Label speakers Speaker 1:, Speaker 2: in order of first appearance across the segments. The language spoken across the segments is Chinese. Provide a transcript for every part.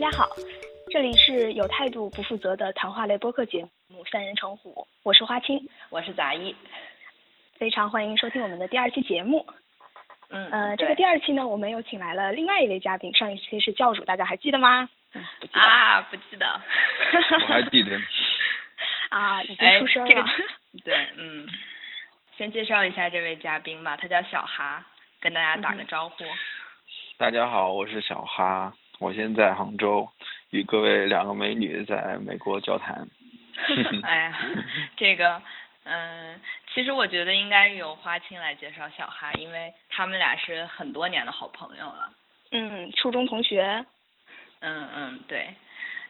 Speaker 1: 家好，这里是有态度不负责的谈话类播客节目《三人成虎》，我是花青，
Speaker 2: 我是杂一。
Speaker 1: 非常欢迎收听我们的第二期节目。
Speaker 2: 嗯，
Speaker 1: 呃，
Speaker 2: 对
Speaker 1: 这个第二期呢，我们又请来了另外一位嘉宾，上一期是教主，大家还记得吗？不记得
Speaker 2: 啊，不记 得。
Speaker 3: 我还记得，
Speaker 1: 啊，已经
Speaker 2: 哎
Speaker 1: 出声
Speaker 2: 这个
Speaker 1: 了。
Speaker 2: 对，嗯，先介绍一下这位嘉宾吧，他叫小哈，跟大家打个
Speaker 1: 嗯哼
Speaker 2: 招呼。
Speaker 3: 大家好，我是小哈，我现在杭州，与各位两个美女在美国交谈。
Speaker 2: 哎呀，这个，嗯，其实我觉得应该由花青来介绍小哈，因为他们俩是很多年的好朋友了。
Speaker 1: 嗯，初中同学。
Speaker 2: 嗯嗯，对，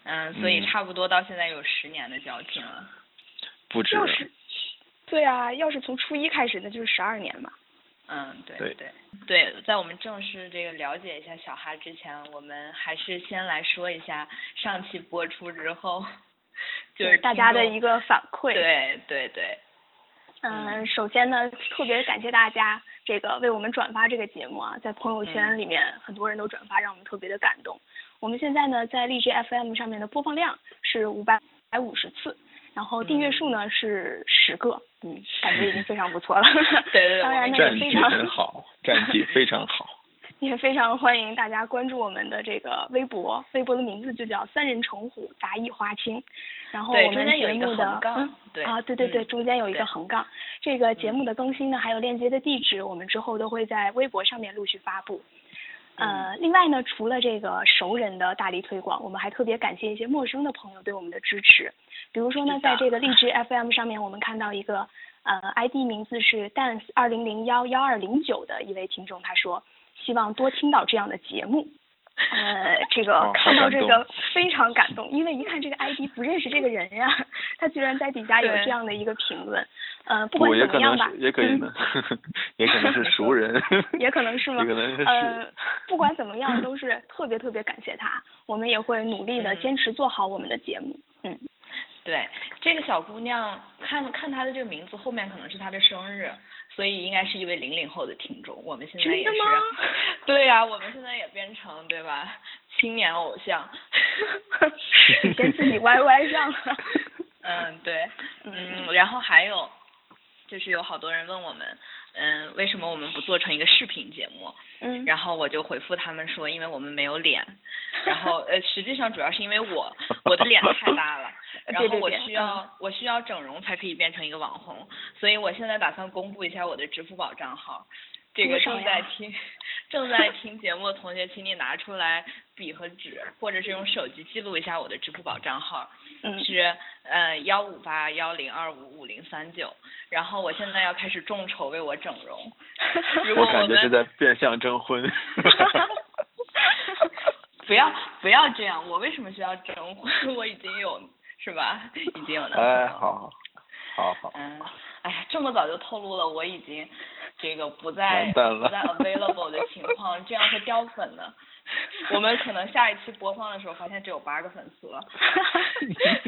Speaker 2: 嗯，所以
Speaker 3: 嗯
Speaker 2: 差不多到现在有十年的交情了。
Speaker 3: 不止
Speaker 1: 要，是，对啊，要是从初一开始，那就是十二年嘛。
Speaker 2: 嗯，对
Speaker 3: 对
Speaker 2: 对对，在我们正式这个了解一下小哈之前，我们还是先来说一下上期播出之后，就是
Speaker 1: 大家的
Speaker 2: 听众
Speaker 1: 一个反馈。
Speaker 2: 对对对，
Speaker 1: 嗯，首先呢，特别感谢大家这个为我们转发这个节目啊，在朋友圈
Speaker 2: 嗯
Speaker 1: 里面很多人都转发，让我们特别的感动。我们现在呢，在荔枝 FM 上面的播放量是五百五十次，然后订阅数
Speaker 2: 嗯
Speaker 1: 呢是十个，嗯，感觉已经非常不错了。
Speaker 2: 对对
Speaker 1: 当
Speaker 2: 我
Speaker 1: 然
Speaker 2: 们
Speaker 1: 那
Speaker 3: 战
Speaker 1: 也非
Speaker 3: 绩
Speaker 1: 常
Speaker 3: 很好，战绩非常好。
Speaker 1: 也非常欢迎大家关注我们的这个微博，微博的名字就叫“三人成虎杂艺花青”。然后
Speaker 2: 对
Speaker 1: 哦我
Speaker 2: 中
Speaker 1: 们
Speaker 2: 间有
Speaker 1: 节
Speaker 2: 一个
Speaker 1: 目的
Speaker 2: 横杠
Speaker 1: 嗯
Speaker 2: 对
Speaker 1: 啊，对对对，
Speaker 2: 嗯
Speaker 1: 中间有一个
Speaker 2: 对
Speaker 1: 横杠。这个节
Speaker 2: 嗯
Speaker 1: 目的更新呢，还有链接的地址，我们之后都会在微博上面陆续发布。
Speaker 2: 嗯
Speaker 1: 呃，另外呢，除了这个熟人的大力推广，我们还特别感谢一些陌生的朋友对我们的支持。比如说呢
Speaker 2: 是，的
Speaker 1: 在这个荔枝 FM 上面，我们看到一个呃 ID 名字是 dance 二零零幺幺二零九的一位听众，他说希望多听到这样的节目。呃，这个
Speaker 3: 哦
Speaker 1: 看
Speaker 3: 好
Speaker 1: 到这
Speaker 3: 感动
Speaker 1: 个非常感动，因为一看这个 ID 不认识这个人呀，他居然在底下有
Speaker 2: 对
Speaker 1: 这样的一个评论。呃， 不管
Speaker 3: 我也
Speaker 1: 怎
Speaker 3: 可
Speaker 1: 么样
Speaker 3: 能
Speaker 1: 吧
Speaker 3: 是，，也可以
Speaker 1: 嗯
Speaker 3: 呢， 也可能是熟人，
Speaker 1: 也可能是吗？
Speaker 3: 也可能是
Speaker 1: 呃，不管怎么样，都是特别特别感谢他，我们也会努力的
Speaker 2: 嗯
Speaker 1: 坚持做好我们的节目。 嗯，
Speaker 2: 对，这个小姑娘看看她的这个名字后面可能是她的生日，所以应该是一位零零后的听众。我们现在
Speaker 1: 真
Speaker 2: 也
Speaker 1: 的
Speaker 2: 是，
Speaker 1: 吗？
Speaker 2: 对呀、我们现在也变成对吧青年偶像。
Speaker 1: 你先自己歪歪上了。
Speaker 2: 嗯，对，
Speaker 1: 嗯
Speaker 2: 嗯，然后还有就是有好多人问我们，嗯，为什么我们不做成一个视频节目？
Speaker 1: 嗯，
Speaker 2: 然后我就回复他们说，因为我们没有脸。然后呃，实际上主要是因为我我的脸太大 了，然
Speaker 1: 对
Speaker 2: 后
Speaker 1: 对嗯
Speaker 2: 我
Speaker 1: 对
Speaker 2: 需要我需要整容才可以变成一个网红，所以我现在打算公布一下我的支付宝账号。这个
Speaker 1: 多少
Speaker 2: 正在
Speaker 1: 呀
Speaker 2: 听正在听节目的同学，请你拿出来笔和纸，或者是用手机记录一下我的支付宝账号。
Speaker 1: 嗯，
Speaker 2: 是呃幺五八幺零二五五零三九，然后我现在要开始众筹为我整容。 如果
Speaker 3: 我
Speaker 2: 我
Speaker 3: 感觉 是
Speaker 2: 们
Speaker 3: 在变相 征婚。
Speaker 2: 不要不要这样，我为什么需要整婚？ 我已经有是吧？已经有男朋友
Speaker 3: 哎，
Speaker 2: 了。
Speaker 3: 好好好好，
Speaker 2: 嗯，哎呀，这么早就透露了，我已经这个不在
Speaker 3: 完蛋了
Speaker 2: 不在 available 的情况，这样会掉粉的。 我们可能下一期播放的时候，发现只有八个粉丝了。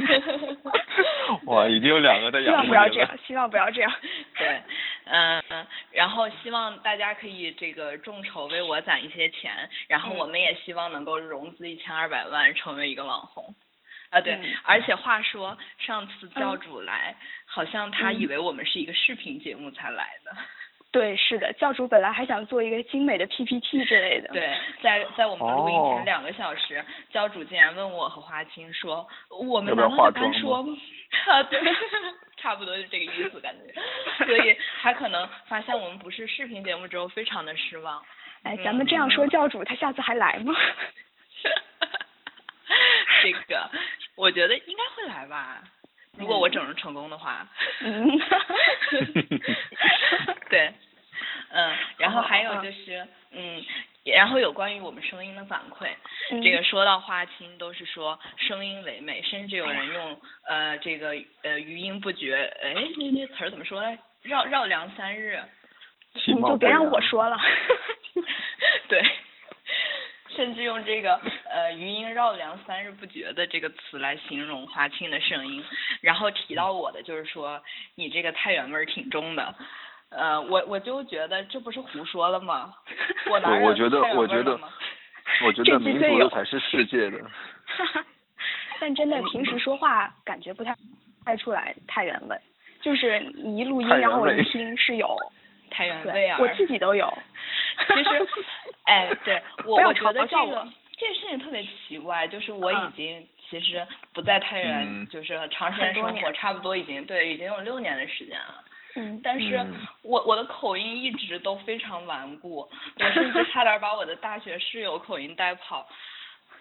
Speaker 3: 哇，已经有两个在
Speaker 1: 希
Speaker 3: 养
Speaker 1: 望
Speaker 3: 你
Speaker 1: 不要
Speaker 3: 了
Speaker 1: 这。样，希望不要这样。
Speaker 2: 对，嗯、然后希望大家可以这个众筹为我攒一些钱，然后
Speaker 1: 嗯
Speaker 2: 我们也希望能够融资一千二百万，成为一个网红。啊，对，
Speaker 1: 嗯
Speaker 2: 而且话说上次教
Speaker 1: 嗯
Speaker 2: 主来，好像他以
Speaker 1: 嗯
Speaker 2: 为我们是一个视频节目才来 的。
Speaker 1: 对，是的，教主本来还想做一个精美的 PPT 之类的。，
Speaker 2: 对，在在我们录音
Speaker 3: 哦
Speaker 2: 前两个小时，教主竟然问我和花青说，我们
Speaker 3: 要不
Speaker 2: 难
Speaker 3: 要
Speaker 2: 道
Speaker 3: 化
Speaker 2: 就单
Speaker 3: 妆
Speaker 2: 说吗？啊，对， 差不多是这个意思感觉。所以他可能发现我们不是视频节目之后，非常的失望。
Speaker 1: 哎，
Speaker 2: 嗯
Speaker 1: 咱们这样说教主，他下次还来吗？
Speaker 2: 这个我觉得应该会来吧，如果我整容成功的话。
Speaker 1: 嗯
Speaker 2: 对，嗯，然后
Speaker 1: 好
Speaker 2: 还有
Speaker 1: 嗯
Speaker 2: 就是，嗯，然后有关于我们声音的反馈，
Speaker 1: 嗯
Speaker 2: 这个说到花青都是说声音唯美，甚至有人用呃这个呃余音不绝，哎那那词儿怎么说来？绕绕梁三日，
Speaker 3: 其
Speaker 1: 嗯你
Speaker 3: 貌
Speaker 1: 就别
Speaker 3: 不
Speaker 1: 让
Speaker 3: 扬
Speaker 1: 我说 了。
Speaker 2: 对，甚至用这个呃余音绕梁三日不绝的这个词来形容花青的声音，然后提到我的就是说你这个太原味儿挺重的，呃我我就觉得这不是胡说了吗？我哪
Speaker 3: 我
Speaker 2: 有
Speaker 3: 我觉得
Speaker 2: 太原
Speaker 3: 我
Speaker 2: 味儿
Speaker 3: 觉
Speaker 2: 了
Speaker 3: 得
Speaker 2: 吗
Speaker 3: 我觉
Speaker 1: 这
Speaker 3: 得
Speaker 1: 次
Speaker 3: 民
Speaker 1: 最有
Speaker 3: 族才是世界的。
Speaker 1: 哈哈， 但真的平时说话感觉不太太出来太原味，就是你一录音，
Speaker 3: 太
Speaker 1: 然后我
Speaker 3: 原
Speaker 1: 一
Speaker 3: 味
Speaker 1: 听是有，
Speaker 2: 太原味
Speaker 1: 对
Speaker 2: 啊，！
Speaker 1: 我自己都有。
Speaker 2: 其 实，哎，对我
Speaker 1: 不要
Speaker 2: 我
Speaker 1: 嘲
Speaker 2: 觉得这
Speaker 1: 笑
Speaker 2: 个
Speaker 1: 我
Speaker 2: 这个事情特别奇怪，就是我已
Speaker 1: 嗯
Speaker 2: 经其实不在太原，
Speaker 3: 嗯
Speaker 2: 就是长时
Speaker 1: 很
Speaker 2: 间
Speaker 1: 多
Speaker 2: 生活，
Speaker 1: 年
Speaker 2: 差不多已经对已经有六年的时间了。
Speaker 1: 嗯，
Speaker 2: 但是
Speaker 3: 嗯
Speaker 2: 我我的口音一直都非常顽固，我甚至差点把我的大学室友口音带跑。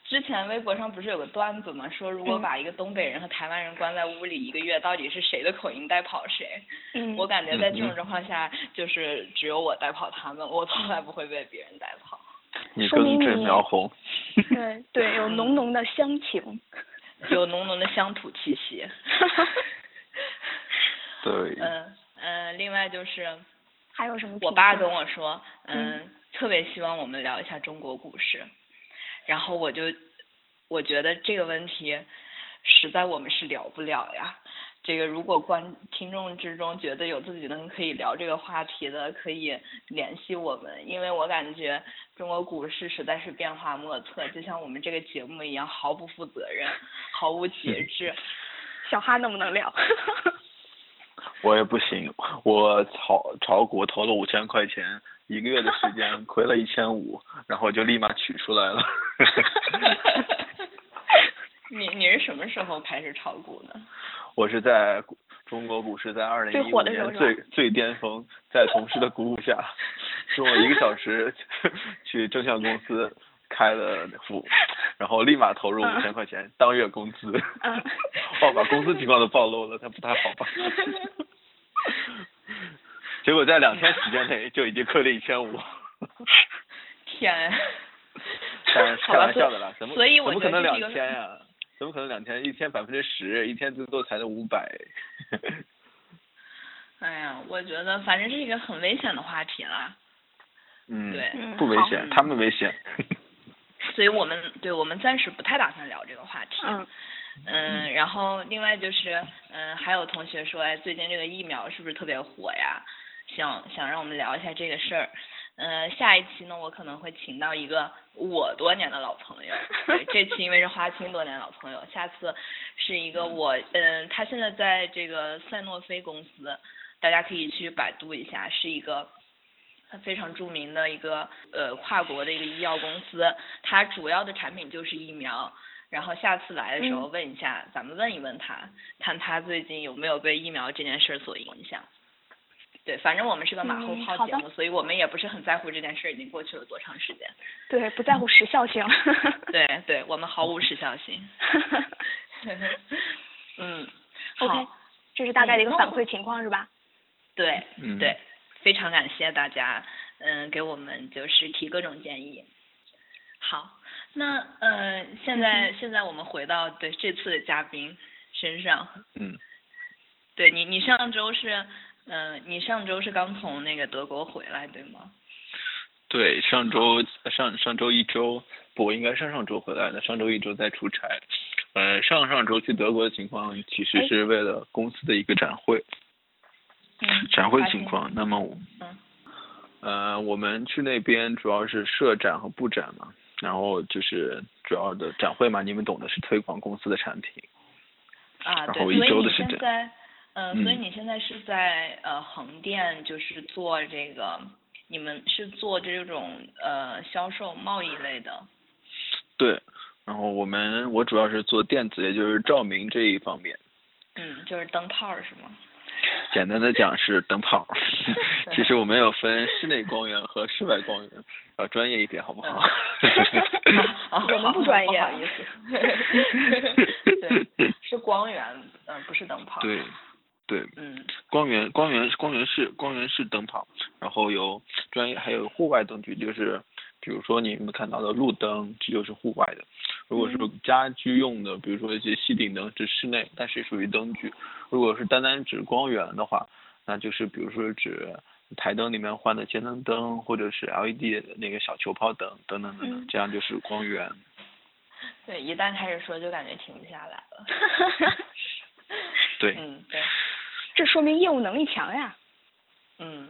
Speaker 2: 之前微博上不是有个段子嘛，说如果
Speaker 1: 嗯
Speaker 2: 把一个东北人和台湾人关在屋里一个月，到底是谁的口音带跑谁？
Speaker 1: 嗯，
Speaker 2: 我感觉在这种
Speaker 3: 嗯嗯
Speaker 2: 情况下，就是只有我带跑他们，我从来不会被别人带跑。
Speaker 3: 你
Speaker 1: 说明
Speaker 3: 跟郑
Speaker 1: 你
Speaker 3: 苗红，
Speaker 1: 对对，有浓浓的乡情。
Speaker 2: 有浓浓的乡土气息。
Speaker 3: 对，
Speaker 2: 嗯嗯，另外就是
Speaker 1: 还有什么品种？
Speaker 2: 我爸跟我说，
Speaker 1: 嗯
Speaker 2: 嗯，特别希望我们聊一下中国股市，然后我就我觉得这个问题实在我们是聊不了呀。这个如果观听众之中觉得有自己能可以聊这个话题的，可以联系我们，因为我感觉中国股市实在是变化莫测，就像我们这个节目一样，毫不负责任，毫无节制。
Speaker 1: 小哈能不能聊？
Speaker 3: 我也不行，我炒炒股投了五千块钱，一个月的时 间亏了一千五，然后就立马取出来了。
Speaker 2: 你你是什么时候开始炒股呢？
Speaker 3: 我是在股中国股市在二零
Speaker 1: 最
Speaker 3: 一
Speaker 1: 火
Speaker 3: 五
Speaker 1: 的时候
Speaker 3: 年
Speaker 1: 是吧
Speaker 3: 最最巅峰，在同事的鼓舞下，中午一个小时 去证券公司开了户，然后立马投入
Speaker 1: 嗯
Speaker 3: 五千块钱、当月工资。
Speaker 1: 嗯
Speaker 3: 哦，把公司情况都暴露了，那不太好吧？结果在两天时间内就已经亏了一千五。
Speaker 2: 天，
Speaker 3: 当然是
Speaker 2: 好
Speaker 3: 开
Speaker 2: 吧，所
Speaker 3: 玩笑
Speaker 2: 以
Speaker 3: 的啦，怎么
Speaker 2: 所以我
Speaker 3: 怎么
Speaker 2: 觉
Speaker 3: 可
Speaker 2: 得这是
Speaker 3: 能两
Speaker 2: 一个
Speaker 3: 天呀、怎么可能两天？一天百分之十，一天最多才能五百。
Speaker 2: 哎呀，我觉得反正是一个很危险的话题啦。
Speaker 3: 嗯，
Speaker 2: 对
Speaker 1: 嗯
Speaker 3: 不危
Speaker 1: 好
Speaker 3: 险，他们危险。
Speaker 2: 所以我们对我们暂时不太打算聊这个话题。
Speaker 1: 嗯
Speaker 2: 嗯，然后另外就是，嗯，还有同学说，哎，最近这个疫苗是不是特别火呀？想想让我们聊一下这个事儿。呃，下一期呢，我可能会请到一个我多年的老朋友。对，这期因为是花青多年老朋友，下次是一个我，嗯，他现在在这个赛诺菲公司，大家可以去百度一下，是一个非常著名的一个呃跨国的一个医药公司，它主要的产品就是疫苗。然后下次来的时候
Speaker 1: 嗯
Speaker 2: 问一下，咱们问一问他，看他最近有没有被疫苗这件事儿所影响。对，反正我们是个马后
Speaker 1: 嗯
Speaker 2: 炮
Speaker 1: 好
Speaker 2: 节
Speaker 1: 的
Speaker 2: 目，所以我们也不是很在乎这件事儿已经过去了多长时间。
Speaker 1: 对，不在乎时效性。
Speaker 2: 对对，我们毫无时效性。 嗯，好
Speaker 1: OK，这是大概的一个
Speaker 2: 嗯
Speaker 1: 反馈情况是 吧？
Speaker 2: 对
Speaker 3: 嗯，
Speaker 2: 对，非常感谢大家，嗯，给我们就是提各种建议。好，那呃，现在
Speaker 1: 嗯
Speaker 2: 现在我们回到对这次的嘉宾身上，
Speaker 3: 嗯，
Speaker 2: 对你，你上周是，嗯、你上周是刚从那个德国回来对吗？
Speaker 3: 对，上周上上周一周，不，我应该上上周回来的，上周一周在出差。呃，上上周去德国的情况，其
Speaker 1: 哎
Speaker 3: 实是为了公司的一个展会，
Speaker 2: 嗯，
Speaker 3: 展会
Speaker 2: 发
Speaker 3: 情
Speaker 2: 现，
Speaker 3: 况。那么我
Speaker 2: 嗯
Speaker 3: 呃，我们去那边主要是设展和布展嘛，然后就是主要的展会嘛，你们懂的是推广公司的产品。
Speaker 2: 啊，
Speaker 3: 然
Speaker 2: 对，
Speaker 3: 后
Speaker 2: 所
Speaker 3: 一周
Speaker 2: 以
Speaker 3: 的
Speaker 2: 你
Speaker 3: 时
Speaker 2: 现
Speaker 3: 间
Speaker 2: 在，嗯，所以
Speaker 3: 嗯
Speaker 2: 你现在是在呃横店，就是做这个，你们是做这种呃销售贸易类的，
Speaker 3: 对，然后我们我主要是做电子，也就是照明这一方面。
Speaker 2: 嗯，就是灯泡儿 是吗？
Speaker 3: 简单的讲是灯 泡，其实我们有分室内光源和室外光源，呃，专业一点好不好？
Speaker 2: 啊
Speaker 1: 我们不
Speaker 2: 好
Speaker 1: 专业
Speaker 2: 不好意 思， 对，是光源，嗯、不是灯泡，，
Speaker 3: 对，对，
Speaker 2: 嗯
Speaker 3: 光源光源光源式光源式灯泡，然后有专业还有户外灯具，就是比如说你们看到的路灯，这就是户外的。如果是
Speaker 1: 嗯
Speaker 3: 家居用的，比如说一些吸顶灯，是室内，但是属于灯具。如果是单单指光源的话，那就是比如说指台灯里面换的节能灯，或者是 LED 的那个小球泡灯等等等
Speaker 1: 嗯
Speaker 3: 等，这样就是光源。
Speaker 2: 对，一旦开始说就感觉停不下来了，
Speaker 3: 对，
Speaker 2: 嗯对，
Speaker 1: 这说明业务能力强呀。
Speaker 2: 嗯，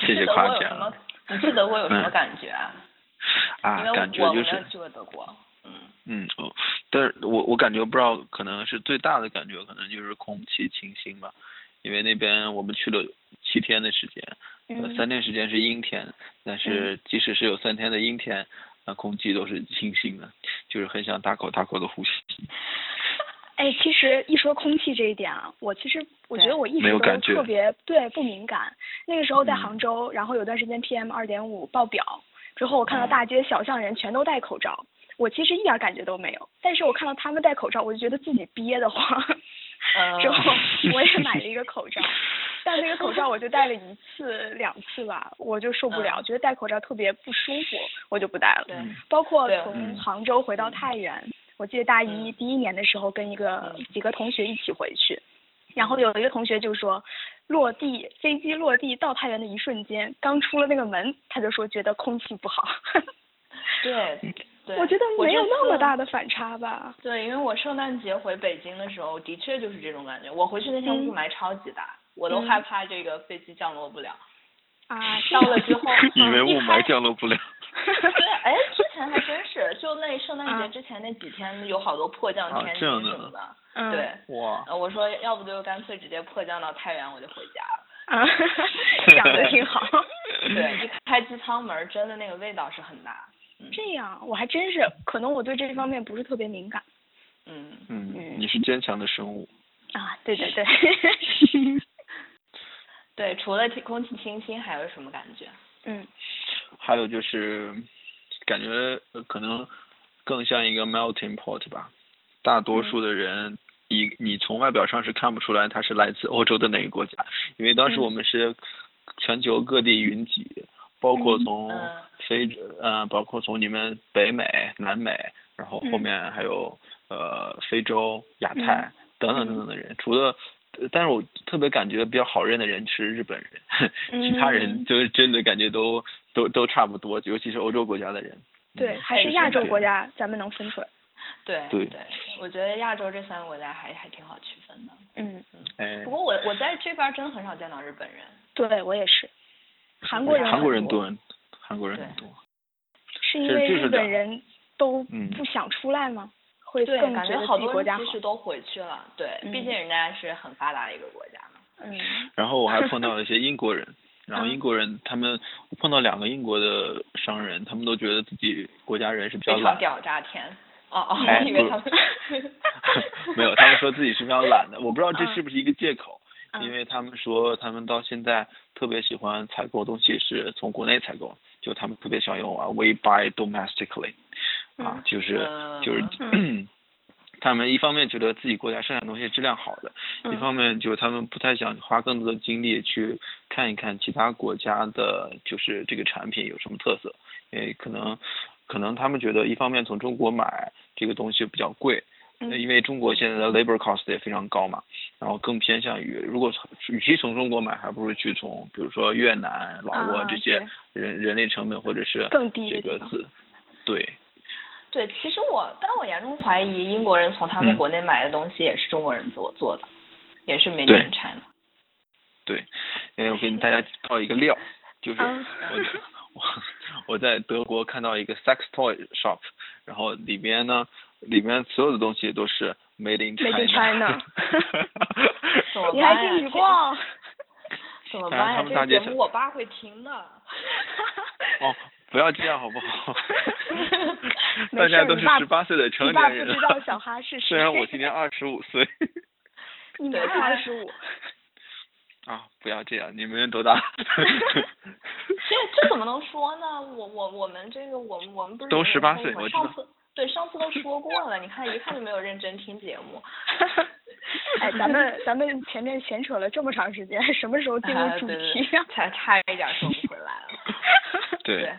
Speaker 3: 谢
Speaker 2: 去
Speaker 3: 谢
Speaker 2: 德
Speaker 3: 夸
Speaker 2: 国有什
Speaker 3: 奖
Speaker 2: 么。？你去德国有什么
Speaker 3: 嗯
Speaker 2: 感觉啊？
Speaker 3: 啊
Speaker 2: 因为，
Speaker 3: 感觉
Speaker 2: 我
Speaker 3: 就
Speaker 2: 没
Speaker 3: 是
Speaker 2: 有去过德国，嗯，
Speaker 3: 嗯，哦，但是我我感觉不知道，可能是最大的感觉，可能就是空气清新吧，因为那边我们去了七天的时间，呃，
Speaker 1: 嗯
Speaker 3: 三天时间是阴天，但是即使是有三天的阴天，那空气都是清新的，就是很想大口大口的呼吸，
Speaker 1: 哎，其实一说空气这一点啊，我其实我觉得
Speaker 2: 对
Speaker 1: 我一
Speaker 3: 没
Speaker 1: 直
Speaker 3: 有
Speaker 1: 都
Speaker 3: 感觉
Speaker 1: 特别对不敏感。那个时候在
Speaker 3: 嗯
Speaker 1: 杭州，然后有段时间 PM 二点五爆表，之后我
Speaker 3: 嗯
Speaker 1: 看到大街小巷人全都戴口罩，我其实一点感觉都没有。但是我看到他们戴口罩，我就觉得自己憋得慌。
Speaker 3: 嗯
Speaker 2: 呃
Speaker 1: 之后我也买了一个口 罩，但那个口罩我就戴了一次两次吧，我就受不了，觉得戴口罩特别不舒服，我就不戴了。
Speaker 2: 对
Speaker 3: 嗯
Speaker 1: 包括
Speaker 2: 对啊
Speaker 1: 从
Speaker 3: 嗯，
Speaker 1: 杭州回到太原，我记得大一
Speaker 2: 嗯
Speaker 1: 第一年的时候跟一个
Speaker 2: 嗯
Speaker 1: 几个同学一起回去，然后有一个同学就说，落地飞机落地到太原的一瞬间，刚出了那个门，他就说觉得空气不好。
Speaker 2: 对对，
Speaker 1: 我觉得没有
Speaker 2: 这
Speaker 1: 那么
Speaker 2: 次
Speaker 1: 大的反差 吧。
Speaker 2: 对，因为我圣诞节回北京的时候，的确就是这种感觉。我回去那天
Speaker 1: 嗯
Speaker 2: 雾霾超级大，我都
Speaker 1: 嗯
Speaker 2: 害怕这个飞机降落不了。
Speaker 1: 啊，
Speaker 2: 到了 之后嗯
Speaker 3: 以为
Speaker 2: 一
Speaker 3: 雾
Speaker 2: 开
Speaker 3: 霾降落不了。
Speaker 2: 对， 哎，之前还真是，就那圣诞
Speaker 1: 啊
Speaker 2: 节之前那几天有好多迫降
Speaker 3: 啊
Speaker 2: 天气
Speaker 3: 这样
Speaker 2: 什么
Speaker 3: 的
Speaker 2: 的。
Speaker 1: 嗯，
Speaker 2: 对，
Speaker 3: 哇，
Speaker 2: 呃我说要不就干脆直接迫降到太原，我就回家了。
Speaker 1: 啊，想的挺好。
Speaker 2: 对，一开机舱门，真的那个味道是很大。嗯
Speaker 1: 这样，我还真是，可能我对这方面不是特别敏感
Speaker 2: 嗯，
Speaker 3: 嗯，
Speaker 1: 嗯
Speaker 3: 你是坚强的生物。
Speaker 1: 啊。对对 对，
Speaker 2: 对，除了空气清新，还有什么感觉？
Speaker 1: 嗯
Speaker 3: 还有就是，感觉呃可能更像一个 melting pot 吧。大
Speaker 1: 嗯
Speaker 3: 多数的人，你你从外表上是看不出来他是来自欧洲的哪个国家，因为当时
Speaker 1: 嗯
Speaker 3: 我们是全球各地云集，包括
Speaker 1: 嗯
Speaker 3: 从
Speaker 2: 嗯
Speaker 3: 非洲，呃，包括从你们北美、南美，然后后
Speaker 1: 嗯
Speaker 3: 面还有呃非洲、亚太
Speaker 1: 嗯
Speaker 3: 等等等等的人，除了。呃但是我特别感觉比较好认的人是日本人， 其他人
Speaker 1: 嗯
Speaker 3: 就是真的感觉都都都差不多，尤其是欧洲国家的人。
Speaker 1: 对，
Speaker 3: 嗯
Speaker 1: 还
Speaker 2: 哎
Speaker 1: 是亚
Speaker 2: 是
Speaker 1: 洲
Speaker 2: 的
Speaker 1: 国家，咱们能分出来。
Speaker 2: 对
Speaker 3: 对
Speaker 2: 我觉得亚洲这三个国家还还挺好区分的。
Speaker 1: 嗯，
Speaker 3: 哎
Speaker 2: 不，过我我在这边儿真很少见到日本人。
Speaker 1: 对我也是。韩国人
Speaker 3: 韩国
Speaker 1: 很
Speaker 3: 人
Speaker 1: 多，
Speaker 3: 多，韩国人很多。
Speaker 1: 是因
Speaker 3: 这
Speaker 1: 为
Speaker 3: 这
Speaker 1: 日
Speaker 3: 是
Speaker 1: 本
Speaker 3: 的
Speaker 1: 人都
Speaker 3: 嗯
Speaker 1: 不想出来吗？会
Speaker 2: 对，
Speaker 1: 更
Speaker 2: 感
Speaker 1: 觉
Speaker 2: 觉
Speaker 1: 得
Speaker 2: 好
Speaker 1: 自己
Speaker 2: 多
Speaker 1: 国家
Speaker 2: 人
Speaker 1: 好
Speaker 2: 其。实都回去了。对，毕
Speaker 1: 嗯
Speaker 2: 竟人家是很发达的一个国家嘛。
Speaker 1: 嗯
Speaker 3: 然后我还碰到了一 些英国人，然后
Speaker 1: 嗯
Speaker 3: 英国人他们我碰到两个英国的商人，他们都觉得自己国家人是比较
Speaker 2: 非常
Speaker 3: 懒，
Speaker 2: 屌炸天。哦哦，
Speaker 3: 哎
Speaker 2: 我以为
Speaker 3: 不
Speaker 2: 他 们
Speaker 3: 没有，他们说自己是非常懒的，我不知道这
Speaker 1: 嗯
Speaker 3: 是不是一个借口，
Speaker 1: 嗯
Speaker 3: 因为他们说他们到现在特别喜欢采购东西是从国内采购，就他们特别想用啊，we buy domestically，啊
Speaker 1: 嗯，
Speaker 3: 就是就是
Speaker 1: 嗯
Speaker 3: 他们一方面觉得自己国家生产东西质量好的，一
Speaker 1: 嗯
Speaker 3: 方面就是他们不太想花更多的精力去看一看其他国家的，就是这个产品有什么特色，因为可能可能他们觉得一方面从中国买这个东西比较贵，
Speaker 1: 嗯
Speaker 3: 呃因为中国现在的 labor cost 也非常高嘛，然后更偏向于如果从与其从中国买，还不如去从比如说越南、老挝
Speaker 1: 啊
Speaker 3: 这些
Speaker 1: 对
Speaker 3: 人、人力成本或者是
Speaker 1: 更低
Speaker 3: 这
Speaker 1: 的地
Speaker 3: 个
Speaker 1: 方
Speaker 3: 字，对，
Speaker 2: 对，其实我，但我严重怀疑英国人从他们
Speaker 3: 嗯
Speaker 2: 国内买的东西也是中国人做做的，也是 made
Speaker 3: 对
Speaker 2: in China。
Speaker 3: 对，因为我给大家爆一个料，就是
Speaker 1: 啊
Speaker 3: 我在我我在德国看到一个 sex toy shop，然后里边呢，里面所有的东西都是 made in
Speaker 1: Made in China
Speaker 2: 怎么
Speaker 1: 你还
Speaker 2: 办呀
Speaker 1: 进去
Speaker 2: 这
Speaker 1: 逛？？
Speaker 2: 怎么
Speaker 3: 但
Speaker 2: 办
Speaker 3: 是他
Speaker 2: 呀？
Speaker 3: 们
Speaker 2: 这
Speaker 3: 大
Speaker 2: 个
Speaker 3: 街
Speaker 2: 节
Speaker 3: 小
Speaker 2: 目我爸会听的。
Speaker 3: 哦，不要这样好不好
Speaker 1: 没
Speaker 3: 大
Speaker 1: 事
Speaker 3: 家
Speaker 1: 儿
Speaker 3: 都
Speaker 1: 你
Speaker 3: 是
Speaker 1: 爸
Speaker 3: 十八岁的成
Speaker 1: 你爸
Speaker 3: 年人
Speaker 1: 不知道
Speaker 3: 了，
Speaker 1: 小哈是谁。
Speaker 3: 虽然我 今年二十五岁
Speaker 1: 你
Speaker 2: 对
Speaker 1: 才
Speaker 2: 他
Speaker 1: 二十五，
Speaker 3: 啊，不要这样，你们多大？
Speaker 2: 这这怎么能说呢？我我我们这个我们我们不是
Speaker 3: 都
Speaker 2: 零零
Speaker 3: 18
Speaker 2: 后
Speaker 3: 岁
Speaker 2: 吗
Speaker 3: 我知道
Speaker 2: 上次对上次都说过了，你看一看就没有认真听节目。
Speaker 1: 哎，咱们咱们前面闲扯了这么长时间，什么时 候进入
Speaker 2: 啊
Speaker 1: 主
Speaker 2: 对对
Speaker 1: 题呀
Speaker 2: 对、差差一点说不回来 了。
Speaker 3: 对，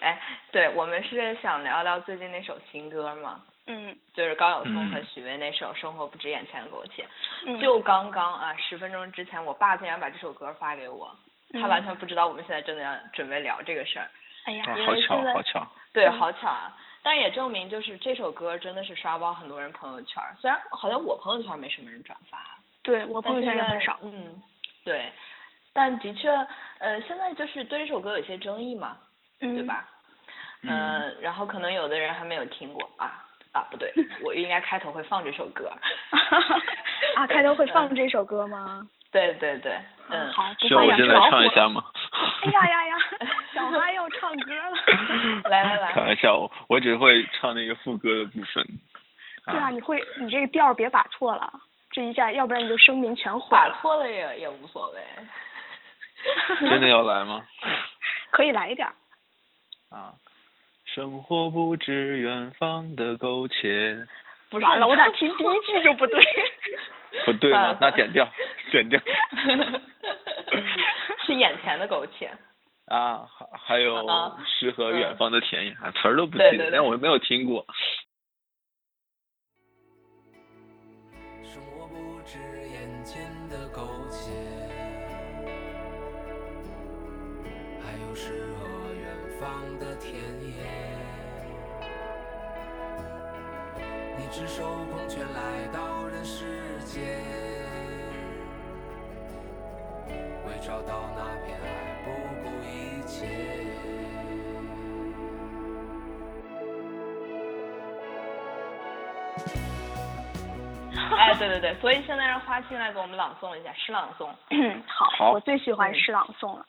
Speaker 2: 哎，对，我们是想聊聊最近那首新歌嘛，
Speaker 1: 嗯
Speaker 2: 就是高晓松
Speaker 3: 嗯
Speaker 2: 和许巍那首《生活不止眼前的苟且》。
Speaker 1: 嗯，
Speaker 2: 就刚刚啊，十分钟之前，我爸竟然把这首歌发给我，他
Speaker 1: 嗯
Speaker 2: 完全不知道我们现在真的要准备聊这个事儿。
Speaker 1: 哎呀，
Speaker 3: 啊
Speaker 2: 因，
Speaker 3: 好
Speaker 2: 为
Speaker 3: 巧
Speaker 2: 现，在
Speaker 3: 好巧，
Speaker 2: 对，
Speaker 1: 嗯
Speaker 2: 好巧啊！但也证明，就是这首歌真的是刷爆很多人朋友圈儿，虽然好像我朋友圈没什么人转发，啊
Speaker 1: 对我朋友圈也很少。
Speaker 2: 嗯，对，但的确，呃，现在就是对这首歌有一些争议嘛，
Speaker 1: 嗯，
Speaker 2: 对？吧？呃，
Speaker 3: 嗯
Speaker 2: 然后可能有的人还没有听过啊啊， 不对，我应该开头会放这首歌。嗯
Speaker 1: 啊，开头会放这首歌吗？
Speaker 2: 对对对，嗯，
Speaker 1: 好，不
Speaker 3: 需要
Speaker 1: 放
Speaker 3: 我
Speaker 1: 养
Speaker 3: 现
Speaker 1: 只
Speaker 3: 在
Speaker 1: 老虎
Speaker 3: 唱一
Speaker 1: 了。
Speaker 3: 下吗？
Speaker 1: 哎呀呀呀，小花要唱歌 了。
Speaker 2: 来来来
Speaker 3: 开玩笑，我我只会唱那个副歌的部分。
Speaker 1: 对啊，你会，你这个调儿别把错了，这一下，要不然你就声名全毁
Speaker 2: 打
Speaker 1: 了。
Speaker 2: 错了也也无所谓。
Speaker 3: 真的要来吗？
Speaker 1: 可以来一点儿。
Speaker 3: 啊，生活不止远方的苟且，
Speaker 2: 不是
Speaker 1: 完 了，我咋听第一句就不对？
Speaker 3: 不对
Speaker 1: 嗯
Speaker 3: 吗？那剪掉，剪 掉。
Speaker 2: 是眼前的苟且。
Speaker 3: 啊，还还有
Speaker 2: 啊
Speaker 3: 诗和远
Speaker 2: 嗯
Speaker 3: 方的田野，啊词儿都不记
Speaker 2: 对对
Speaker 3: 得，
Speaker 2: 对
Speaker 3: 但我没有听过。
Speaker 4: 生活不止眼前的苟且，还有诗和远方的田野。你赤手空拳来到人世间，为找到那片爱不顾一切。
Speaker 2: 哎，对对对，所以现在让花青来给我们朗诵一下，诗朗诵。
Speaker 1: 好，
Speaker 3: 好
Speaker 1: 我最喜欢诗朗诵了。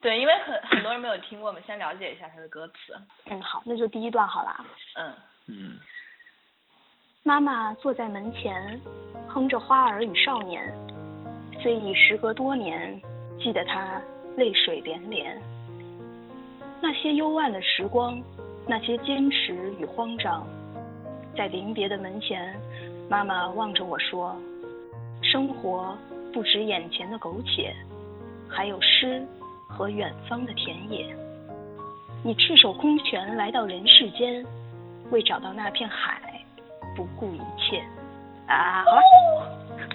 Speaker 2: 对，因为很很多人没有听过，我们先了解一下它的歌词。
Speaker 1: 嗯，好，那就第一段好了啊。
Speaker 2: 嗯，
Speaker 3: 嗯，
Speaker 1: 妈妈坐在门前，哼着《花儿与少年》，虽已时隔多年，记得她泪水连连。那些幽暗的时光，那些坚持与慌张，在临别的门前，妈妈望着我说：“生活不止眼前的苟且，还有诗和远方的田野。你赤手空拳来到人世间，为找到那片海。”不顾一切啊！好了，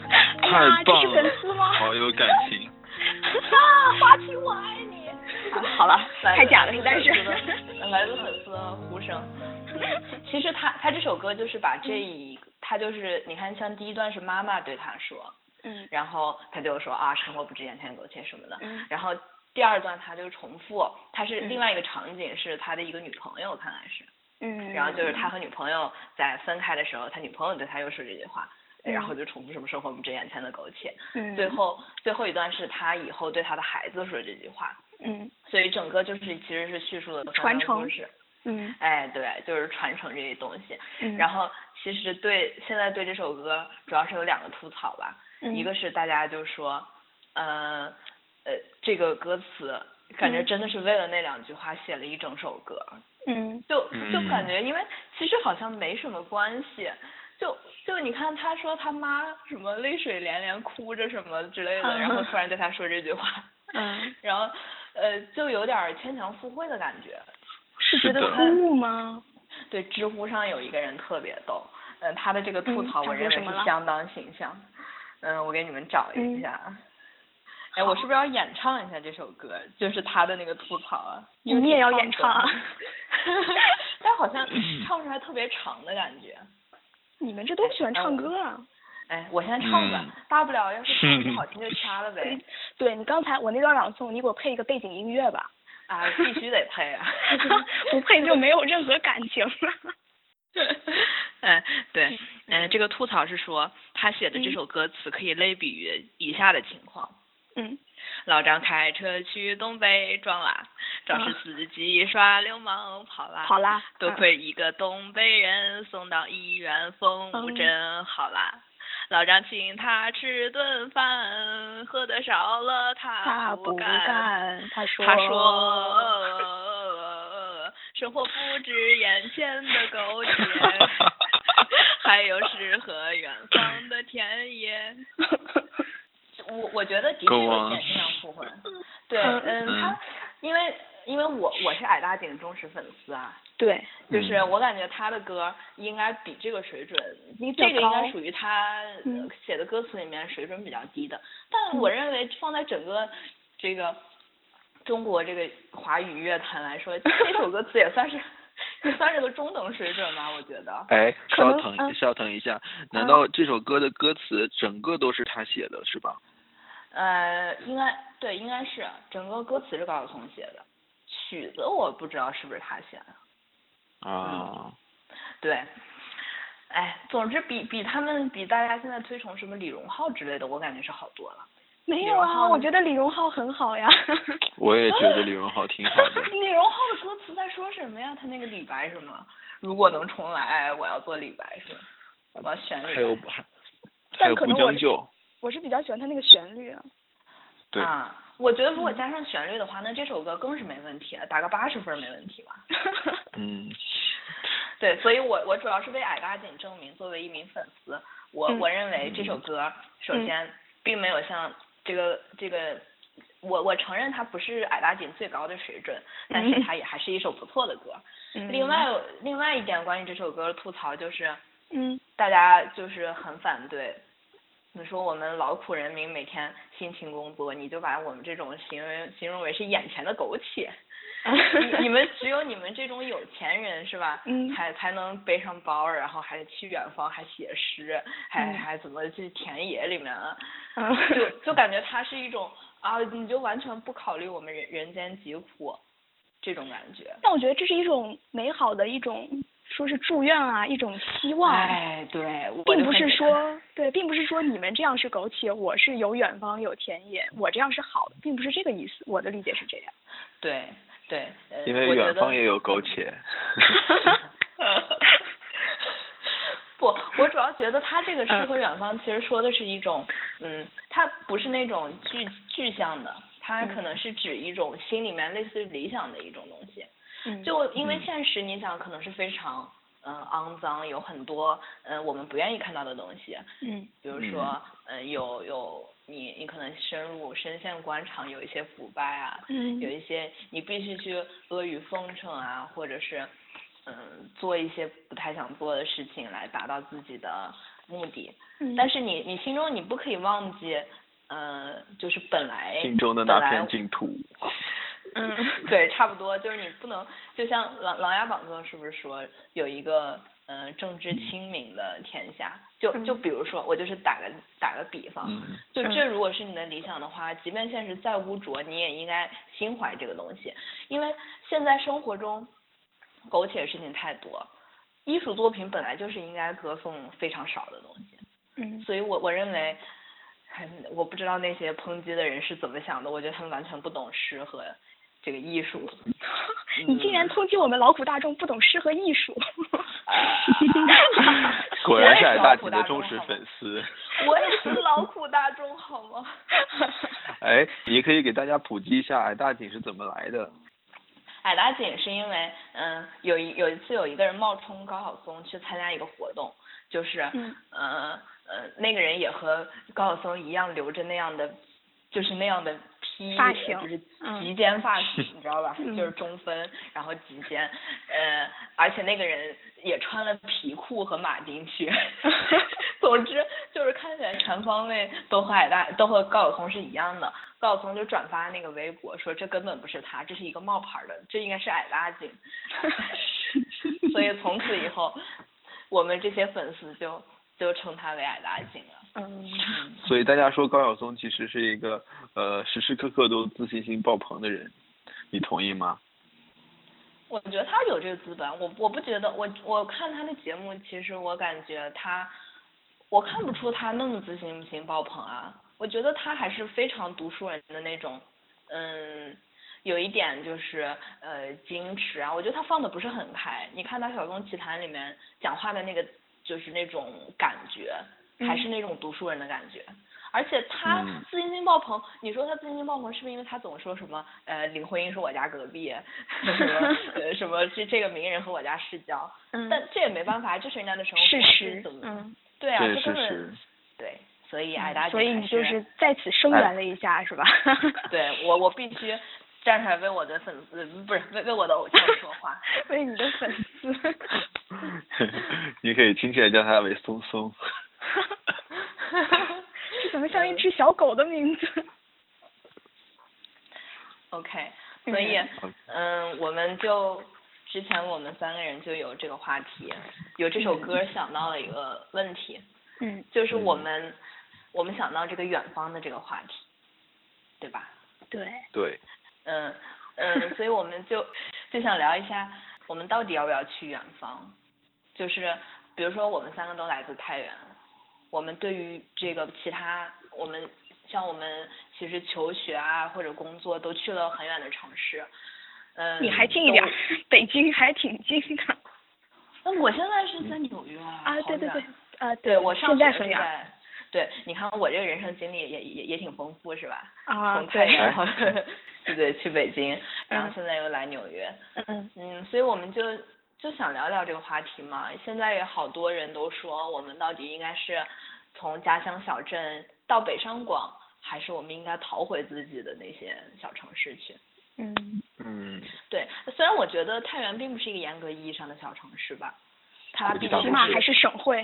Speaker 1: 哎呀
Speaker 3: 太棒
Speaker 1: 这是粉
Speaker 3: 了
Speaker 1: 丝吗？，
Speaker 3: 好有感情。
Speaker 1: 啊，花期我爱你。 好了，
Speaker 2: 来
Speaker 1: 太
Speaker 2: 自
Speaker 1: 假了，实在
Speaker 2: 粉
Speaker 1: 是。
Speaker 2: 丝的来自粉丝的呼声。嗯其实他他这首歌就是把这
Speaker 1: 嗯
Speaker 2: 一，他就是你看，像第一段是妈妈对他说，
Speaker 1: 嗯
Speaker 2: 然后他就说啊，生活不止眼前苟且什么的，
Speaker 1: 嗯
Speaker 2: 然后第二段他就重复，他是
Speaker 1: 嗯
Speaker 2: 另外一个场景是他的一个女朋友，看来是，
Speaker 1: 嗯。
Speaker 2: 然后就是他和女朋友在分开的时候，他女朋友对他又说这句话，
Speaker 1: 嗯
Speaker 2: 然后就重复什么生活不止眼前的苟且，
Speaker 1: 嗯
Speaker 2: 最后最后一段是他以后对他的孩子说这句话，
Speaker 1: 嗯
Speaker 2: 所以整个就是其实是叙述了
Speaker 1: 传承
Speaker 2: 故事，
Speaker 1: 嗯
Speaker 2: 哎，对，就是传承这些东西。
Speaker 1: 嗯。
Speaker 2: 然后其实对现在对这首歌主要是有两个吐槽吧，
Speaker 1: 嗯
Speaker 2: 一个是大家就说，呃呃，这个歌词感觉
Speaker 1: 嗯
Speaker 2: 真的是为了那两句话写了一整首歌，
Speaker 1: 嗯
Speaker 2: 就就
Speaker 3: 嗯
Speaker 2: 感觉因为其实好像没什么关系。就就你看，他说他妈什么泪水连连，哭着什么之类的，然后
Speaker 1: 嗯
Speaker 2: 突然对他说这句话，
Speaker 1: 嗯，
Speaker 2: 然后呃，就有点儿牵强附会的感觉。
Speaker 1: 是觉
Speaker 3: 是
Speaker 1: 得
Speaker 3: 的
Speaker 1: 突兀吗？
Speaker 2: 对，知乎上有一个人特别逗，嗯、他的这个吐
Speaker 1: 嗯
Speaker 2: 槽
Speaker 1: 他说
Speaker 2: 我认为
Speaker 1: 什么了
Speaker 2: 是相当形象。嗯、我给你们找一
Speaker 1: 嗯
Speaker 2: 下。啊哎，我是不是要演唱一下这首歌？就是他的那个吐槽啊。因为
Speaker 1: 你
Speaker 2: 挺
Speaker 1: 也要
Speaker 2: 长
Speaker 1: 演
Speaker 2: 的
Speaker 1: 唱啊
Speaker 2: 但好 像唱出来特别长的感觉。
Speaker 1: 你们这都喜欢唱歌啊？
Speaker 2: 哎，我先唱吧，
Speaker 3: 嗯
Speaker 2: 大不了要是唱不好听就掐了 呗。
Speaker 1: 对你刚才我那段朗诵，你给我配一个背景音乐 吧，。
Speaker 2: 啊，必须得配啊
Speaker 1: 不 配就没有任何感情了。
Speaker 2: 嗯，对，嗯，这个吐槽是说他写的这首歌词可以类比于以下的情况：
Speaker 1: 嗯
Speaker 2: 老张开车去东北撞啦，肇事司机耍流氓啊跑啊啦，
Speaker 1: 好啦
Speaker 2: 多
Speaker 1: 嗯
Speaker 2: 亏一个东北人送到医院，风
Speaker 1: 嗯
Speaker 2: 舞真好啦。老张请他吃顿饭，喝的少了
Speaker 1: 他不
Speaker 2: 干
Speaker 1: 干，他说
Speaker 2: 他说：“生活不止眼前的苟且， 还有诗和远方的田野。”我我觉得的确
Speaker 3: Go
Speaker 2: 有
Speaker 3: on
Speaker 2: 点这样互 混。对，
Speaker 1: 嗯
Speaker 2: 嗯，他因为因为我我是矮大紧忠实粉丝啊，
Speaker 1: 对，
Speaker 2: 就是
Speaker 3: 嗯
Speaker 2: 我感觉他的歌应该比这个水准，因为
Speaker 1: 较
Speaker 2: 这个应
Speaker 1: 高
Speaker 2: 该属于他呃
Speaker 1: 嗯
Speaker 2: 写的歌词里面水准比较低的，但我
Speaker 1: 嗯
Speaker 2: 认为放在整个这个中国这个华语乐坛 来说，这首歌词也算是也算是个中等水准吧，我觉得。
Speaker 3: 哎，
Speaker 1: 可
Speaker 3: 稍
Speaker 1: 能
Speaker 3: 等，
Speaker 1: 嗯
Speaker 3: 稍等一下，难
Speaker 1: 嗯
Speaker 3: 道这首歌的歌词整个都是他写的，是吧？
Speaker 2: 呃，应该对，应该是整个歌词是高晓松写的，曲子我不知道是不是他选的，
Speaker 1: 嗯
Speaker 3: 啊，
Speaker 2: 对。哎，总之比比他们比大家现在推崇什么李荣浩之类的，我感觉是好多了。
Speaker 1: 没
Speaker 2: 李
Speaker 1: 有
Speaker 2: 荣
Speaker 1: 啊，
Speaker 2: 浩
Speaker 1: 我
Speaker 2: 呢。
Speaker 1: 觉得李荣浩很好呀。
Speaker 3: 我也觉得李荣浩挺好的
Speaker 2: 李荣浩的歌词在说什么呀？他那个李白什么？如果能重来，我要做李白是吧？我要选李白。
Speaker 3: 还有还还
Speaker 1: 但
Speaker 3: 有
Speaker 1: 可
Speaker 3: 不
Speaker 1: 能我
Speaker 3: 将就，
Speaker 1: 我是比较喜欢他那个旋律啊。
Speaker 3: 对
Speaker 2: 啊，我觉得
Speaker 1: 嗯
Speaker 2: 如果加上旋律的话，那这首歌更是没问题了，啊打个八十分儿没问题吧。
Speaker 3: 嗯，
Speaker 2: 对，所以我我主要是为矮大紧证明，作为一名粉丝，我、
Speaker 1: 嗯
Speaker 2: 我认为这首歌首先并没有像这个这个，我我承认它不是矮大紧最高的水准，但是
Speaker 1: 嗯
Speaker 2: 它也还是一首不错的歌。
Speaker 1: 嗯
Speaker 2: 另，外另外一点关于这首歌的吐槽就是，
Speaker 1: 嗯
Speaker 2: 大家就是很反对。你说我们劳苦人民每天辛勤工作，你就把我们这种形容形容为是眼前的 苟且。 你你们只有你们这种有钱人是吧？
Speaker 1: 嗯
Speaker 2: 才才能背上包儿，然后还去远方，还写诗，还、
Speaker 1: 嗯
Speaker 2: 还怎么去田野里面啊？
Speaker 1: 嗯
Speaker 2: 就就感觉它是一种啊，你就完全不考虑我们人人间疾苦这种感觉。
Speaker 1: 但我觉得这是一种美好的一种，说是祝愿啊，一种希望。
Speaker 2: 哎，对，我
Speaker 1: 并
Speaker 2: 就
Speaker 1: 不
Speaker 2: 很
Speaker 1: 是
Speaker 2: 简单
Speaker 1: 说对，并不是说你们这样是苟且，我是有远方有田野，我这样是好的，并不是这个意思。我的理解是这样。
Speaker 2: 对对，呃
Speaker 3: 因为
Speaker 2: 我觉
Speaker 3: 远
Speaker 2: 得
Speaker 3: 方也有苟 且。
Speaker 2: 不，我主要觉得他这个诗
Speaker 1: 嗯
Speaker 2: 和远方其实说的是一种，嗯，它不是那种具具象的，它
Speaker 1: 嗯
Speaker 2: 可能是指一种心里面类似于理想的一种东西。
Speaker 1: 嗯，
Speaker 2: 就因为
Speaker 3: 嗯
Speaker 2: 现实，你想可能是非常嗯、呃肮脏，有很多嗯、呃我们不愿意看到的东西，
Speaker 1: 嗯
Speaker 2: 比如说嗯、呃有有你你可能深入深陷官场，有一些腐败啊，
Speaker 1: 嗯
Speaker 2: 有一些你必须去阿谀奉承啊，或者是嗯做一些不太想做的事情来达到自己的目的。
Speaker 1: 嗯
Speaker 2: 但是你你心中你不可以忘记，呃，就是本来
Speaker 3: 心中的那
Speaker 2: 本来
Speaker 3: 片净土，
Speaker 1: 嗯
Speaker 2: 对，差不多就是你不能，就像《琅琅琊榜》中是不是说有一个嗯、呃政治清明的天下？就就
Speaker 1: 嗯
Speaker 2: 比如说，我就是打个打个比方，
Speaker 3: 嗯，
Speaker 2: 就
Speaker 1: 嗯
Speaker 2: 这如果是你的理想的话，即便现实再污浊，你也应该心怀这个东西，因为现在生活中苟且的事情太多，艺术作品本来就是应该歌颂非常少的东西，
Speaker 1: 嗯
Speaker 2: 所以我我认为。哎我不知道那些抨击的人是怎么想的，我觉得他们完全不懂诗和这个艺术。嗯
Speaker 1: 你竟然抨击我们劳苦大众不懂诗和艺术。
Speaker 3: 嗯 果
Speaker 2: 我
Speaker 3: 然
Speaker 2: 也
Speaker 3: 是
Speaker 2: 是
Speaker 3: 矮
Speaker 2: 劳
Speaker 3: 大
Speaker 2: 苦
Speaker 3: 紧
Speaker 2: 大
Speaker 3: 的
Speaker 2: 众
Speaker 3: 忠实
Speaker 2: 好吗
Speaker 3: 粉丝。
Speaker 2: 我也是劳苦大众，好吗？
Speaker 3: 哎，你可以给大家普及一下矮大紧是怎么来的？
Speaker 2: 矮打井是因为，嗯，有一有一次有一个人冒充高晓松去参加一个活动，就是，
Speaker 1: 嗯
Speaker 2: 呃呃，那个人也和高晓松一样留着那样的，就是那样的披
Speaker 1: 发型
Speaker 2: 就是
Speaker 1: 嗯
Speaker 2: 及肩发型，你知道吧？
Speaker 1: 嗯
Speaker 2: 就是中分，然后及肩，呃，而且那个人也穿了皮裤和马丁 靴，总之就是看起来全方位都和矮大都和高晓松是一样的。高晓松就转发那个微博说这根本不是他，这是一个冒牌的，这应该是矮大紧。 所以从此以后，我们这些粉丝就就称他为矮大紧了。
Speaker 1: 嗯
Speaker 3: 所以大家说高晓松其实是一个呃时时刻刻都自信心爆棚的人，你同意吗？
Speaker 2: 我觉得他有这个资本，我我不觉得，我我看他的节目，其实我感觉他，我看不出他那么自信心爆棚啊。我觉得他还是非常读书人的那种，嗯，有一点就是呃矜持啊。我觉得他放的不是很开。你看他《小众奇谈》里面讲话的那个，就是那种感觉，还是那种读书人的感觉。而且他
Speaker 3: 嗯
Speaker 2: 自信心爆棚，你说他自信心爆棚，是不是因为他总说什么呃林徽因是我家隔壁， 什么呃什么这这个名人和我家世交？
Speaker 1: 嗯，
Speaker 2: 但这也没办法，这是人家的生活，
Speaker 1: 事
Speaker 2: 这
Speaker 1: 实
Speaker 2: 怎么？
Speaker 1: 嗯，
Speaker 2: 对啊，
Speaker 3: 这
Speaker 2: 这
Speaker 3: 事
Speaker 2: 根本
Speaker 3: 实。
Speaker 2: 对，所以矮大姐
Speaker 1: 所以
Speaker 2: 还
Speaker 1: 你就是是在此声
Speaker 3: 哎
Speaker 1: 援了一下，是吧？
Speaker 2: 对我我必须站出来为我的粉丝不是为为我的偶像说 话。
Speaker 1: 为你的粉 丝。
Speaker 3: 你可以亲切地叫他为松松。
Speaker 1: 这怎么像一
Speaker 2: 嗯
Speaker 1: 只小狗的名字？
Speaker 2: OK，所以
Speaker 3: 嗯
Speaker 2: 嗯，我们就之前我们三个人就有这个话题，有这首歌想到了一个问题，
Speaker 1: 嗯
Speaker 2: 就是我们我们想到这个远方的这个话题，对吧？
Speaker 1: 对，
Speaker 3: 对，
Speaker 2: 嗯，嗯， 所以我们就就想聊一下，我们到底要不要去远方？就是比如说我们三个都来自太原，我们对于这个其他我们像我们其实求学啊或者工作都去了很远的城市，嗯，
Speaker 1: 你还近一点儿
Speaker 2: 都，
Speaker 1: 北京还挺近的。
Speaker 2: 那嗯我现在是在纽约啊，
Speaker 1: 啊，
Speaker 2: 好
Speaker 1: 对对
Speaker 2: 远
Speaker 1: 对，啊，
Speaker 2: 对我上
Speaker 1: 现在
Speaker 2: 学
Speaker 1: 很
Speaker 2: 是
Speaker 1: 远
Speaker 2: 在对，你看我这个人生经历也也也挺丰富是吧？
Speaker 1: 啊，
Speaker 2: 从太
Speaker 1: 对，
Speaker 2: 原， 然后对对去北京，然后
Speaker 1: 嗯
Speaker 2: 现在又来纽约，
Speaker 1: 嗯
Speaker 2: 嗯，所以我们就就想聊聊这个话题嘛。现在也好多人都说，我们到底应该是从家乡小镇到北上广，还是我们应该逃回自己的那些小城市去？
Speaker 1: 嗯，
Speaker 3: 嗯，
Speaker 2: 对，虽然我觉得太原并不是一个严格意义上的小城市吧，它
Speaker 3: 国际
Speaker 2: 毕竟
Speaker 3: 大都
Speaker 1: 起
Speaker 3: 市
Speaker 1: 码还是省会。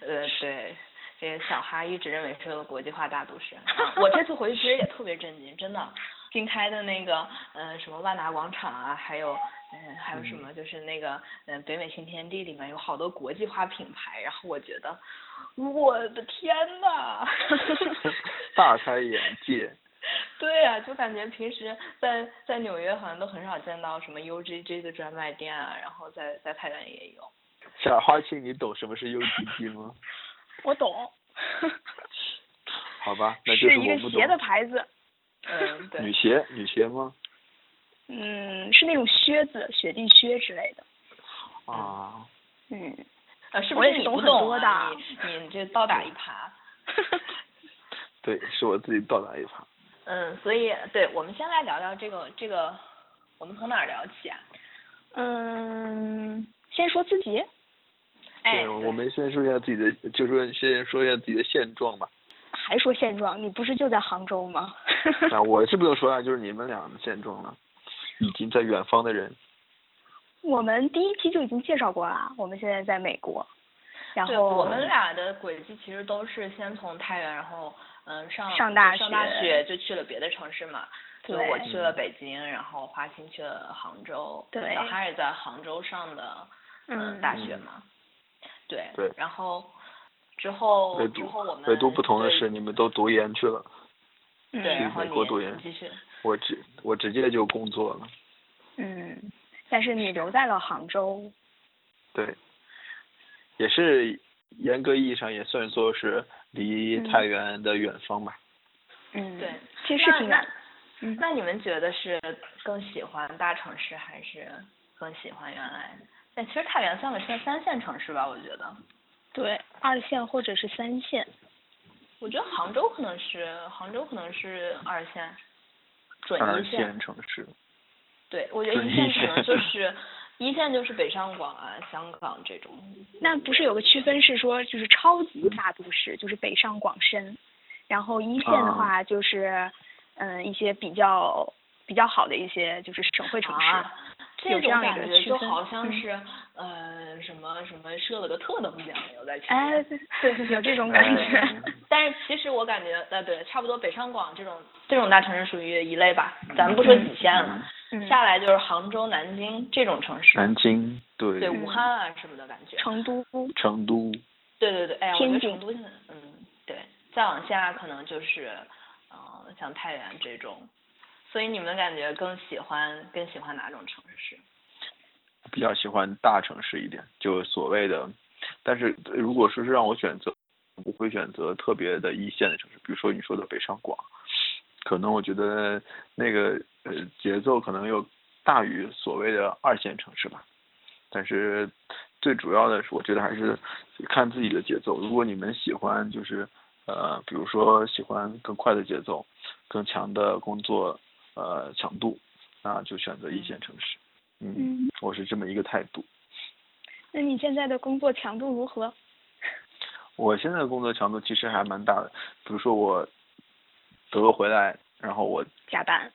Speaker 2: 呃，对，这个小哈一直认为是个国际化大 都市。啊我这次回去其实也特别震惊，真的，新开的那个呃什么万达广场啊，还有嗯、还有什么就是那个嗯、呃、北美新天地里面有好多国际化品牌，然后我觉得我的天呐！
Speaker 3: 大开眼界。
Speaker 2: 对啊，就感觉平时在在纽约好像都很少见到什么 UGG 的专卖店啊，然后在在太原也有。
Speaker 3: 小花青，你懂什么是 UGG 吗？
Speaker 1: 我 懂，
Speaker 3: 好吧，那就是
Speaker 1: 是一
Speaker 3: 我
Speaker 1: 个
Speaker 3: 不
Speaker 1: 鞋的
Speaker 3: 懂。
Speaker 1: 牌子，
Speaker 2: 嗯，对
Speaker 3: 女。鞋，女鞋吗？
Speaker 1: 嗯，是那种靴子，雪地靴之类的。
Speaker 3: 啊，
Speaker 1: 嗯，
Speaker 2: 呃，是不
Speaker 1: 我也
Speaker 2: 是
Speaker 1: 是
Speaker 2: 你
Speaker 1: 懂
Speaker 2: 不
Speaker 1: 很
Speaker 2: 懂
Speaker 1: 多
Speaker 2: 啊？
Speaker 1: 的
Speaker 2: 你你这倒打一耙。
Speaker 3: 对，是我自己倒打一耙。
Speaker 2: 嗯，所以对，我们先来聊聊这个这个，我们从哪儿聊起啊？
Speaker 1: 嗯，先说自己，
Speaker 2: 哎，
Speaker 3: 对，
Speaker 2: 对
Speaker 3: 我们先说一下自己的，就说先说一下自己的现状吧。
Speaker 1: 还说现状，你不是就在杭州吗？
Speaker 3: 那我是不能说啊，就是你们俩的现状了。已经在远方的人，
Speaker 1: 我们第一期就已经介绍过了，我们现在在美国，然
Speaker 2: 对
Speaker 1: 后
Speaker 2: 我们俩的轨迹其实都是先从太原，然后嗯上
Speaker 1: 上大
Speaker 2: 上大
Speaker 1: 学
Speaker 2: 学就去了别的城市嘛。就
Speaker 1: 对
Speaker 2: 我去了北京，然后花心去了杭州，
Speaker 1: 对
Speaker 2: 小哈也在杭州上的
Speaker 1: 嗯
Speaker 2: 大学嘛。对
Speaker 3: 对
Speaker 2: 然后之后
Speaker 3: 唯
Speaker 2: 之
Speaker 3: 独
Speaker 2: 后我们
Speaker 3: 唯独不同的
Speaker 2: 对
Speaker 3: 是，你们都读研去了，
Speaker 1: 嗯
Speaker 2: 对，然后
Speaker 3: 美国读
Speaker 2: 你
Speaker 3: 研
Speaker 2: 继续
Speaker 3: 我直我直接就工作了。
Speaker 1: 嗯，但是你留在了杭州，
Speaker 3: 对，也是严格意义上也算作是离
Speaker 1: 嗯
Speaker 3: 太原的远方吧。
Speaker 1: 嗯，
Speaker 2: 对，
Speaker 1: 其实是挺
Speaker 2: 那
Speaker 1: 难，嗯
Speaker 2: 那你们觉得是更喜欢大城市，还是更喜欢原来的？但其实太原算个三三线城市吧，我觉得。
Speaker 1: 对，二线或者是三线，
Speaker 2: 我觉得杭州可能是杭州可能是二线，准
Speaker 3: 二
Speaker 2: 一线。
Speaker 3: 线城市，
Speaker 2: 对，我觉得
Speaker 3: 准
Speaker 2: 一
Speaker 3: 一
Speaker 2: 线可能
Speaker 3: 线
Speaker 2: 就是一线就是北上广啊、香港这种。
Speaker 1: 那不是有个区分是说，就是超级大都市，就是北上广深，然后一线
Speaker 3: 啊
Speaker 1: 的话就是，嗯，一些比较比较好的一些就是省会城市，
Speaker 2: 啊，
Speaker 1: 有这
Speaker 2: 这种
Speaker 1: 样一
Speaker 2: 感
Speaker 1: 个
Speaker 2: 觉
Speaker 1: 区
Speaker 2: 就
Speaker 1: 分
Speaker 2: 好像
Speaker 1: 嗯
Speaker 2: 是、呃什么什么设了个特等奖一样在前面。
Speaker 1: 哎，对对对，有这种
Speaker 3: 嗯
Speaker 1: 感
Speaker 3: 哎
Speaker 1: 觉，
Speaker 2: 但是其实我感觉，呃，对，差不多北上广这种这种大城市属于一类吧，咱们不说几线了，
Speaker 1: 嗯，
Speaker 2: 下来就是杭州、南京这种城市，
Speaker 3: 南京，对，
Speaker 2: 对武汉啊什么的感觉。
Speaker 1: 成都，
Speaker 3: 成都，
Speaker 2: 对对对，哎呀，我觉
Speaker 1: 天
Speaker 2: 得
Speaker 1: 津
Speaker 2: 成都现在，嗯，对，再往下可能就是，嗯、像太原这种。所以你们感觉更喜欢更喜欢哪种城市？
Speaker 3: 比较喜欢大城市一点，就所谓的。但是呃如果说是让我选择，我会选择特别的一线的城市，比如说你说的北上广，可能我觉得那个呃节奏可能又大于所谓的二线城市吧。但是最主要的是，我觉得还是看自己的节奏。如果你们喜欢就是呃，比如说喜欢更快的节奏，更强的工作呃强度，那就选择一线城市。嗯
Speaker 1: 嗯，
Speaker 3: 我是这么一个态度。
Speaker 1: 那你现在的工作强度如何？
Speaker 3: 我现在的工作强度其实还蛮大的，比如说我德国回来，然后我
Speaker 1: 加班，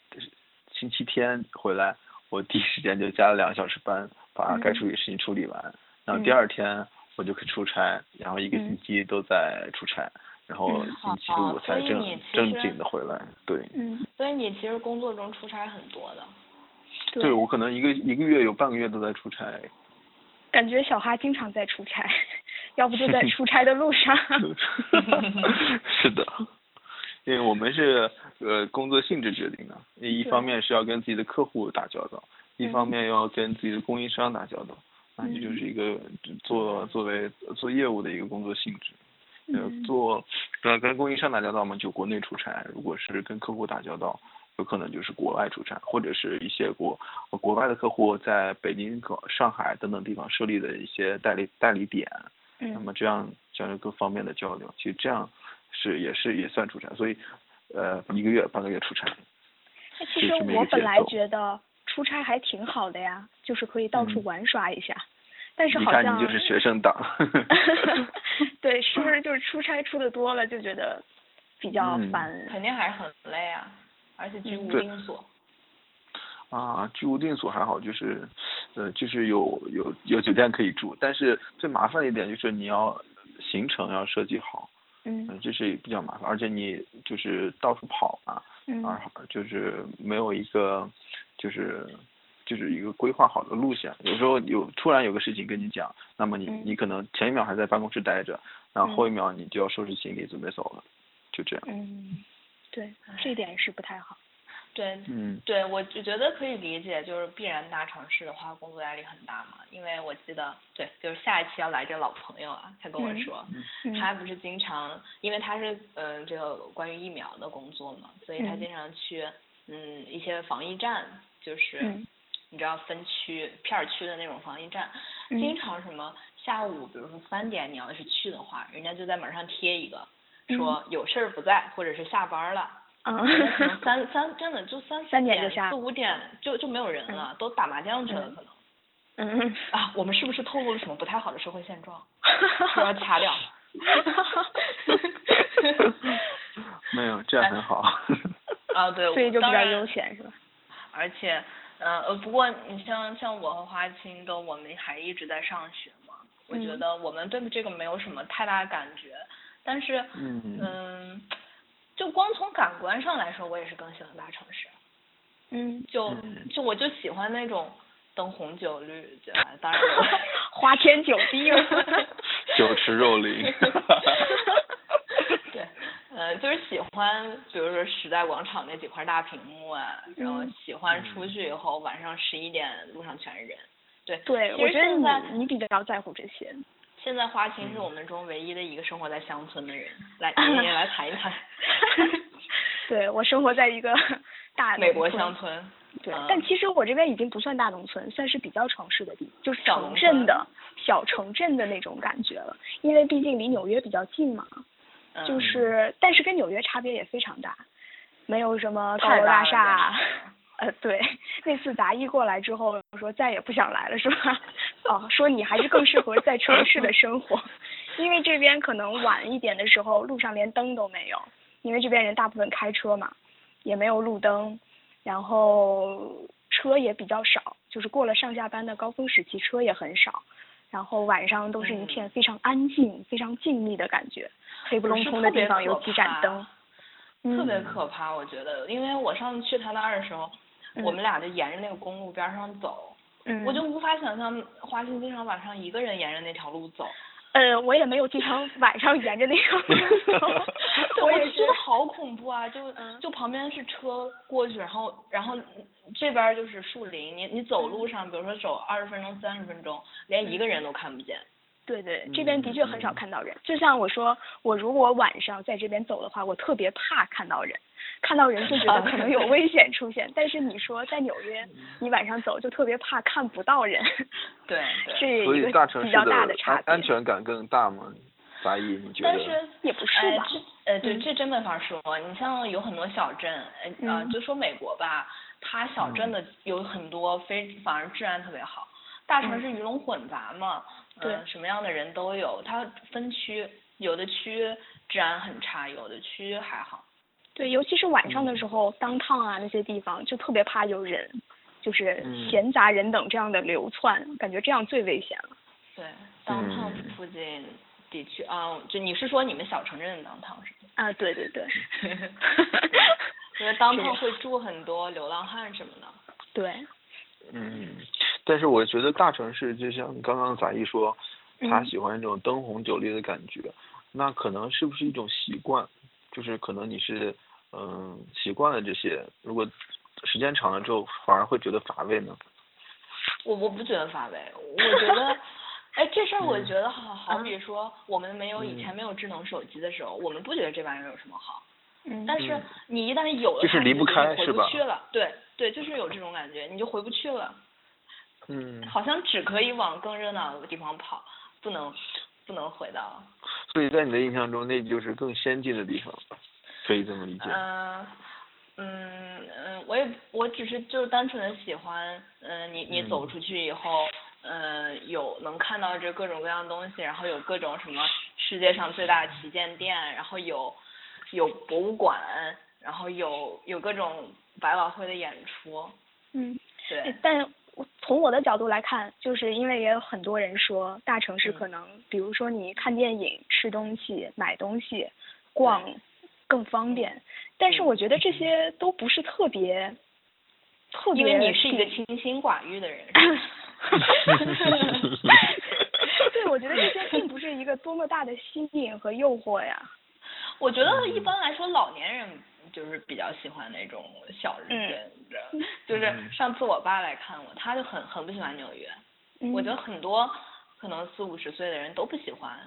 Speaker 3: 星期天回来，我第一时间就加了两个小时班，把该处理的事情处理完，然后第
Speaker 1: 嗯
Speaker 3: 二天我就可以出差，然后一个
Speaker 1: 嗯
Speaker 3: 星期都在出差，然后
Speaker 1: 嗯
Speaker 3: 星期
Speaker 2: 好
Speaker 3: 五
Speaker 2: 所
Speaker 3: 才
Speaker 2: 以
Speaker 3: 正
Speaker 2: 你其
Speaker 3: 正
Speaker 2: 实
Speaker 3: 经的回来。对，
Speaker 1: 嗯，
Speaker 2: 所以你其实工作中出差很多的，
Speaker 1: 对，
Speaker 3: 我可能一个一个月有半个月都在出差，
Speaker 1: 感觉小哈经常在出差， 要不就在出差的路上，
Speaker 3: 是的，因为我们是呃工作性质决定的，一
Speaker 1: 对
Speaker 3: 方面是要跟自己的客户打交道，一方
Speaker 1: 嗯
Speaker 3: 面要跟自己的供应商打交道，那这就是一个做作为做业务的一个工作性质。呃
Speaker 1: 嗯，
Speaker 3: 做呃跟供应商打交道嘛，就国内出差；如果是跟客户打交道，有可能就是国外出差，或者是一些国呃国外的客户在北京、和上海等等地方设立的一些代理代理点，那
Speaker 1: 嗯
Speaker 3: 么这样交流各方面的交流，其实这样是也是也算出差，所以呃一个月半个月出差，
Speaker 1: 那其
Speaker 3: 就
Speaker 1: 实
Speaker 3: 是没
Speaker 1: 我
Speaker 3: 有
Speaker 1: 本
Speaker 3: 节
Speaker 1: 来
Speaker 3: 奏
Speaker 1: 觉得出差还挺好的呀，就是可以到处
Speaker 3: 嗯
Speaker 1: 玩耍一下，但是
Speaker 3: 你
Speaker 1: 好
Speaker 3: 看
Speaker 1: 像
Speaker 3: 你就是学生党，
Speaker 1: 对，是不是就是出差出的多了就觉得比较
Speaker 3: 嗯
Speaker 1: 烦？
Speaker 2: 肯定还是很累啊，而且居无
Speaker 3: 对
Speaker 2: 定所。
Speaker 3: 啊，居无定所还好，就是，呃，就是有有有酒店可以住，但是最麻烦的一点就是你要行程要设计好，嗯
Speaker 1: 嗯，
Speaker 3: 这是比较麻烦，而且你就是到处跑嘛，
Speaker 1: 嗯
Speaker 3: 啊，就是没有一个就是就是一个规划好的路线，有时候有突然有个事情跟你讲，那么你
Speaker 1: 嗯
Speaker 3: 你可能前一秒还在办公室待着，然后后一
Speaker 1: 嗯
Speaker 3: 秒你就要收拾行李准备走了，就这样，
Speaker 1: 嗯，对，
Speaker 3: 哎
Speaker 1: 这点是不太好。
Speaker 2: 对，
Speaker 3: 嗯
Speaker 2: 对，我就觉得可以理解，就是必然大城市的话，工作压力很大嘛。因为我记得，对，就是下一期要来这老朋友啊，他跟我
Speaker 1: 嗯
Speaker 2: 说，
Speaker 1: 嗯
Speaker 2: 他不是经常，因为他是嗯、呃这个关于疫苗的工作嘛，所以他
Speaker 1: 嗯
Speaker 2: 经常去嗯一些防疫站，就是、
Speaker 1: 嗯
Speaker 2: 你知道分区片儿区的那种防疫站，
Speaker 1: 嗯
Speaker 2: 经常什么下午，比如说三点，你要是去的话，人家就在门上贴一个，
Speaker 1: 嗯
Speaker 2: 说有事儿不在，或者是下班了。
Speaker 1: 嗯
Speaker 2: 人家可能三三真的就三四
Speaker 1: 三点就下
Speaker 2: 四五点就就没有人了，都打麻将去了
Speaker 1: 嗯
Speaker 2: 可能。
Speaker 1: 嗯，
Speaker 2: 啊，我们是不是透露了什么不太好的社会现 状？我要掐掉。
Speaker 3: 嗯没有这样 很好，
Speaker 2: 啊，对，
Speaker 1: 所以就比
Speaker 2: 当
Speaker 1: 较
Speaker 2: 然
Speaker 1: 悠闲是吧？
Speaker 2: 而且，呃呃，不过你像像我和花青都，我们还一直在上学嘛，我觉
Speaker 1: 嗯
Speaker 2: 得我们对这个没有什么太大的感觉，但是，
Speaker 3: 嗯
Speaker 2: 嗯就光从感官上来说，我也是更喜欢大城市，
Speaker 1: 嗯，
Speaker 2: 就
Speaker 3: 嗯
Speaker 2: 就我就喜欢那种灯红酒绿， 对吧？当然我
Speaker 1: 花天酒 地了。
Speaker 3: 酒池 肉林。
Speaker 2: 对，呃，就是喜欢，比如说时代广场那几块大屏幕啊，然后
Speaker 1: 嗯
Speaker 2: 喜欢出去以后晚上十一点路上全是人。对，
Speaker 1: 对，
Speaker 2: 其
Speaker 1: 我
Speaker 2: 实
Speaker 1: 觉得
Speaker 2: 现在
Speaker 1: 你嗯你比较在乎这些。
Speaker 2: 现在花青是我们中唯一的一个生活在乡村的人， 来爷爷来谈一谈
Speaker 1: 对我生活在一个大
Speaker 2: 美
Speaker 1: 农
Speaker 2: 国
Speaker 1: 村
Speaker 2: 乡村。
Speaker 1: 对
Speaker 2: 嗯，
Speaker 1: 但其实我这边已经不算大农村，算是比较城市的地，就是
Speaker 2: 小
Speaker 1: 城
Speaker 2: 农
Speaker 1: 镇
Speaker 2: 村
Speaker 1: 的小城镇的那种感觉了。因为毕竟离纽约比较近嘛，
Speaker 2: 嗯
Speaker 1: 就是但是跟纽约差别也非常大，没有什么高
Speaker 2: 太
Speaker 1: 楼大
Speaker 2: 大了
Speaker 1: 厦
Speaker 2: 简直。
Speaker 1: 呃，对，那次杂役过来之后，我说再也不想来了，是吧？ 哦，说你还是更适合在城市的生活， 因为这边可能晚一点的时候，路上连灯都没有，因为这边人大部分开车嘛，也没有路灯，然后车也比较少，就是过了上下班的高峰时期，车也很少，然后晚上都是一
Speaker 2: 嗯
Speaker 1: 片非常安静、非常静谧的感觉，黑不
Speaker 2: 我
Speaker 1: 隆
Speaker 2: 是
Speaker 1: 咚
Speaker 2: 特
Speaker 1: 的地
Speaker 2: 别
Speaker 1: 方有
Speaker 2: 可
Speaker 1: 几盏
Speaker 2: 怕
Speaker 1: 灯，
Speaker 2: 特别
Speaker 1: 嗯，
Speaker 2: 可怕，我觉得，因为我上次去他那儿的时候，我
Speaker 1: 嗯
Speaker 2: 们俩就沿着那个公路边儿上走，
Speaker 1: 嗯
Speaker 2: 我就无法想象花青经常晚上一个人沿着那条路 走，
Speaker 1: 呃，我也没有经 常晚上沿着那个路走，
Speaker 2: 对，
Speaker 1: 我
Speaker 2: 我
Speaker 1: 也
Speaker 2: 就觉
Speaker 1: 是
Speaker 2: 得好恐怖啊！就
Speaker 1: 嗯
Speaker 2: 就旁边是车过去，然后然后这边儿就是树林，你你走
Speaker 1: 嗯
Speaker 2: 路上，比如说走二十分钟、三十分钟，连一个人都看不见。
Speaker 1: 对对，这边的确很少
Speaker 3: 嗯
Speaker 1: 看到人。就像我说，我如果晚上在这边走的话，我特别怕看到人，看到人就觉得可 能有危险出现。但是你说在纽约，
Speaker 2: 嗯
Speaker 1: 你晚上走就特别怕看不到人，
Speaker 2: 对
Speaker 1: 这
Speaker 2: 对，
Speaker 1: 也
Speaker 3: 所
Speaker 1: 一
Speaker 3: 以
Speaker 1: 个
Speaker 3: 大城
Speaker 1: 比
Speaker 3: 市
Speaker 1: 较大的差
Speaker 3: 安
Speaker 1: 别。
Speaker 3: 安全感更大吗？杂役你觉
Speaker 2: 但
Speaker 3: 得？
Speaker 2: 是
Speaker 1: 也不是
Speaker 2: 哎
Speaker 1: 吧，
Speaker 2: 这呃，对，
Speaker 1: 嗯
Speaker 2: 这真没法说。你像有很多小镇，呃，呃
Speaker 1: 嗯
Speaker 2: 就说美国吧，它小镇的有很多非，反而治安特别好。大城市鱼龙混杂嘛，
Speaker 1: 嗯对
Speaker 2: 呃，什么样的人都有。它分区，有的区治安很差，有的区还好。
Speaker 1: 对，尤其是晚上
Speaker 2: 嗯
Speaker 1: 的时候，当趟啊那些地方就特别怕有人，就是
Speaker 3: 嗯
Speaker 1: 闲杂人等这样的流窜，感觉这样最危险了。
Speaker 2: 对，当趟
Speaker 3: 嗯
Speaker 2: 附近地区啊，就你是说你们小城镇的当趟是 吗？
Speaker 1: 啊，对对对
Speaker 2: 因为当
Speaker 1: 是
Speaker 2: 趟会住很多流浪汉什么的。
Speaker 1: 对，
Speaker 3: 嗯，但是我觉得大城市就像刚刚杂役说，他
Speaker 1: 嗯
Speaker 3: 喜欢那种灯红酒绿的感觉，那可能是不是一种习惯？就是可能你是嗯习惯了这些，如果时间长了之后反而会觉得乏味呢？
Speaker 2: 我我不觉得乏味，我觉得，哎，这事儿我觉得好好比说，我们没有以前没有智能手机的时候，我们不觉得这玩意儿有什么好，
Speaker 1: 嗯
Speaker 2: 但是你一旦有了它，
Speaker 3: 就是离不开
Speaker 2: 你就回
Speaker 3: 是
Speaker 2: 不
Speaker 3: 吧
Speaker 2: 去了，对对，就是有这种感觉，你就回不去了，
Speaker 3: 嗯，
Speaker 2: 好像只可以往更热闹的地方跑，不能不能回到，
Speaker 3: 所以在你的印象中，那就是更先进的地方，可以这么理解。
Speaker 1: 呃
Speaker 2: 嗯嗯嗯，我也我只是就是单纯的喜欢，嗯、你你走
Speaker 3: 嗯
Speaker 2: 出去以后，呃，有能看到这各种各样的东西，然后有各种什么世界上最大的旗舰店，然后有有博物馆，然后有有各种百老汇的演出，
Speaker 1: 嗯，
Speaker 2: 对，
Speaker 1: 但我从我的角度来看，就是因为也有很多人说，大城
Speaker 2: 嗯
Speaker 1: 市可能，比如说你看电影、吃东西、买东西、逛更方
Speaker 2: 嗯
Speaker 1: 便，但是我觉得这些都不是特别特别
Speaker 2: 因
Speaker 1: 地。
Speaker 2: 为你是一个清心寡欲的 人，
Speaker 1: 对，我觉得这些并不是一个多么大的吸引和诱惑呀。
Speaker 2: 我觉得
Speaker 1: 嗯
Speaker 2: 一般来说，老年人就是比较喜欢那种小日
Speaker 1: 嗯
Speaker 2: 子，你知道吗就是上次我爸来看我，他就很很不喜欢纽约。
Speaker 1: 嗯
Speaker 2: 我觉得很多可能四五十岁的人都不喜欢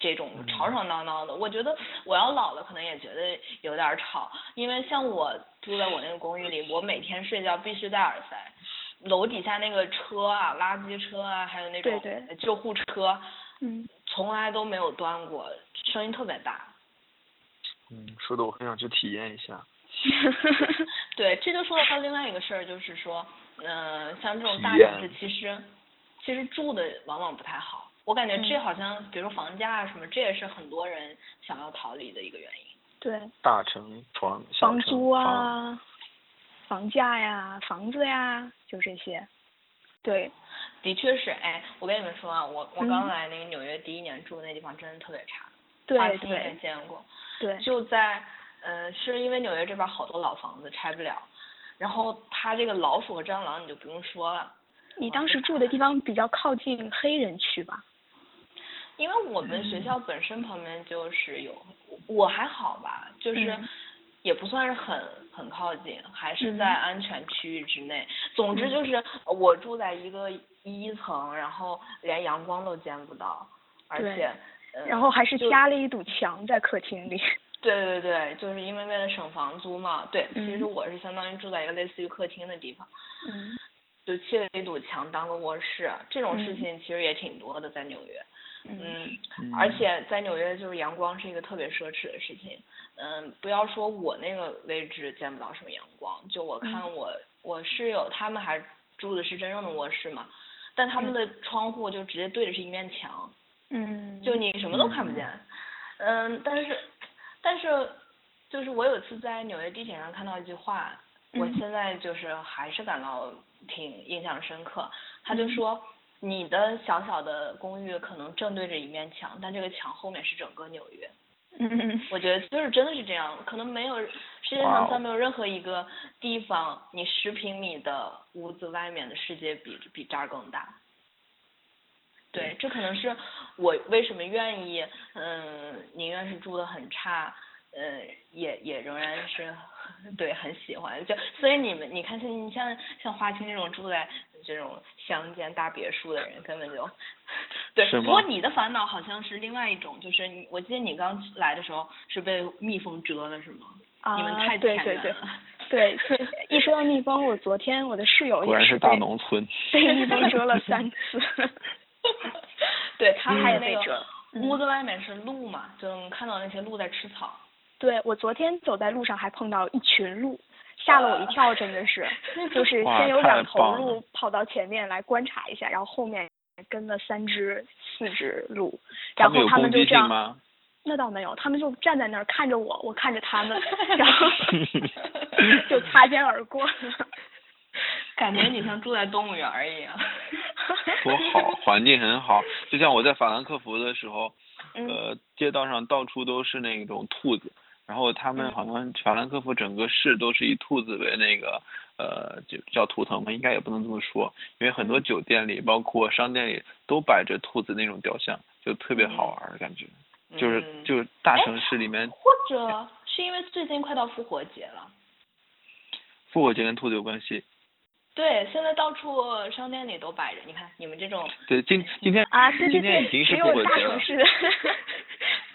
Speaker 2: 这种
Speaker 1: 嗯
Speaker 2: 吵吵闹闹的。我觉得我要老了，可能也觉得有点吵，因为像我住在我那个公寓里，我每天睡觉必须戴耳塞。楼底下那个车啊，垃圾车啊，还有那种
Speaker 1: 对
Speaker 2: 救护车，
Speaker 1: 嗯，
Speaker 2: 从来都没有断过，声音特别大。
Speaker 3: 嗯，说的我很想去体验一下。
Speaker 2: 对，这就说到另外一个事儿，就是说，嗯、像这种大
Speaker 3: 体
Speaker 2: 城市
Speaker 3: 验，
Speaker 2: 其实其实住的往往不太好。我感觉
Speaker 1: 嗯
Speaker 2: 这好像，比如说房价啊什么，这也是很多人想要逃离的一个原因。
Speaker 1: 对，
Speaker 3: 大城床、小
Speaker 1: 房
Speaker 3: 城
Speaker 1: 租
Speaker 3: 房
Speaker 1: 啊，房价呀，房子呀，就这些。对，
Speaker 2: 的确是，哎，我跟你们说啊，我我刚
Speaker 1: 嗯
Speaker 2: 来那个纽约第一年住的那地方真的特别差，
Speaker 1: 对
Speaker 2: 花西也
Speaker 1: 对
Speaker 2: 见过，
Speaker 1: 对，
Speaker 2: 就在，呃，是因为纽约这边好多老房子拆不了，然后它这个老鼠和蟑螂你就不用说了，
Speaker 1: 你当时住的地方比较靠近黑人区吧？
Speaker 2: 因为我们学
Speaker 1: 嗯
Speaker 2: 校本身旁边就是有，我还好吧，就是
Speaker 1: 嗯
Speaker 2: 也不算是很很靠近，还是
Speaker 1: 嗯
Speaker 2: 在安全区域之内。总之就是我住在一个一层，然后连阳光都见不到，而
Speaker 1: 对
Speaker 2: 且，呃
Speaker 1: 嗯然后还是
Speaker 2: 就
Speaker 1: 加了一堵墙在客厅里。
Speaker 2: 对对对，就是因为为了省房租嘛。对，其实
Speaker 1: 嗯
Speaker 2: 我是相当于住在一个类似于客厅的地方，
Speaker 1: 嗯，
Speaker 2: 就砌了一堵墙当个卧室，啊这种事
Speaker 1: 嗯
Speaker 2: 情其实也挺多的，在纽约。
Speaker 1: 嗯
Speaker 2: 嗯，
Speaker 3: 嗯
Speaker 2: 而且在纽约就是阳光是一个特别奢侈的事情。嗯，不要说我那个位置见不到什么阳光，就我看我、我室友他们还住的是真正的卧室嘛，但他们的窗户就直接对着是一面墙，
Speaker 1: 嗯，
Speaker 2: 就你什么都看不见。嗯，但是但是就是我有一次在纽约地铁上看到一句话，我
Speaker 1: 嗯
Speaker 2: 现在就是还是感到挺印象深刻。他就
Speaker 1: 嗯
Speaker 2: 说，你的小小的公寓可能正对着一面墙，但这个墙后面是整个纽约。
Speaker 1: 嗯
Speaker 2: 我觉得就是真的是这样，可能没有世界
Speaker 3: 哇
Speaker 2: 上
Speaker 3: 哦
Speaker 2: 再没有任何一个地方，你十平米的屋子外面的世界比比这儿更大。
Speaker 3: 嗯
Speaker 2: 对，这可能是我为什么愿意，嗯，宁愿是住的很差，呃，也也仍然是对很 喜欢。就所以你们你看像你像像花青这种住在这种乡间大别墅的人，根本就对。
Speaker 3: 是
Speaker 2: 不过
Speaker 3: 吗
Speaker 2: 你的烦恼好像是另外一种，就是你我记得你刚来的时候是被蜜蜂蛰了是吗？
Speaker 1: 啊，
Speaker 2: 你们太
Speaker 1: 对
Speaker 2: 天
Speaker 1: 对
Speaker 2: 然
Speaker 1: 对
Speaker 2: 了
Speaker 1: 对，所以一说到蜜蜂，我昨天我的室友
Speaker 3: 嗯果
Speaker 1: 也
Speaker 3: 然是大
Speaker 1: 被
Speaker 3: 农村。
Speaker 1: 被蜜蜂蛰了三次。
Speaker 2: 对， 他
Speaker 1: 嗯
Speaker 2: 还有
Speaker 1: 被
Speaker 2: 那
Speaker 1: 蛰
Speaker 2: 个
Speaker 1: 嗯
Speaker 2: 屋子外面是鹿嘛，就能看到那些鹿在吃草。
Speaker 1: 对我昨天走在路上还碰到一群鹿，吓了我一跳，真的是，就是
Speaker 3: 哇
Speaker 1: 先有
Speaker 3: 太
Speaker 1: 两头
Speaker 3: 棒
Speaker 1: 鹿
Speaker 3: 了
Speaker 1: 跑到前面来观察一下，然后后面跟了三只、四只鹿，
Speaker 3: 他
Speaker 1: 然
Speaker 3: 们
Speaker 1: 后
Speaker 3: 有
Speaker 1: 他们
Speaker 3: 攻
Speaker 1: 就
Speaker 3: 击
Speaker 1: 这
Speaker 3: 性
Speaker 1: 样，
Speaker 3: 吗？
Speaker 1: 那倒没有，他们就站在那儿看着我，我看着他 们，然后就擦肩而过了。
Speaker 2: 感觉你像住在动物园儿一样。
Speaker 3: 多好，环境很好。就像我在法兰克福的时候，
Speaker 1: 嗯
Speaker 3: 呃，街道上到处都是那种兔子，然后他们
Speaker 2: 嗯
Speaker 3: 好像法兰克福整个市都是以兔子为那个呃，就叫图腾嘛，应该也不能这么说，因为很多酒店里，包括商店里都摆着兔子那种雕像，就特别好玩儿的感觉。就是
Speaker 2: 嗯
Speaker 3: 就是大
Speaker 2: 哎
Speaker 3: 城市里面，
Speaker 2: 或者是因为最近快到复活节了。
Speaker 3: 复活节跟兔子有关系。
Speaker 2: 对，现在到处商店里都摆着，你看你们这种
Speaker 3: 对，今今天
Speaker 1: 啊，对对
Speaker 3: 今天已
Speaker 1: 对，
Speaker 3: 经
Speaker 1: 只
Speaker 3: 是复活
Speaker 1: 有大
Speaker 3: 节了
Speaker 1: 城。市的。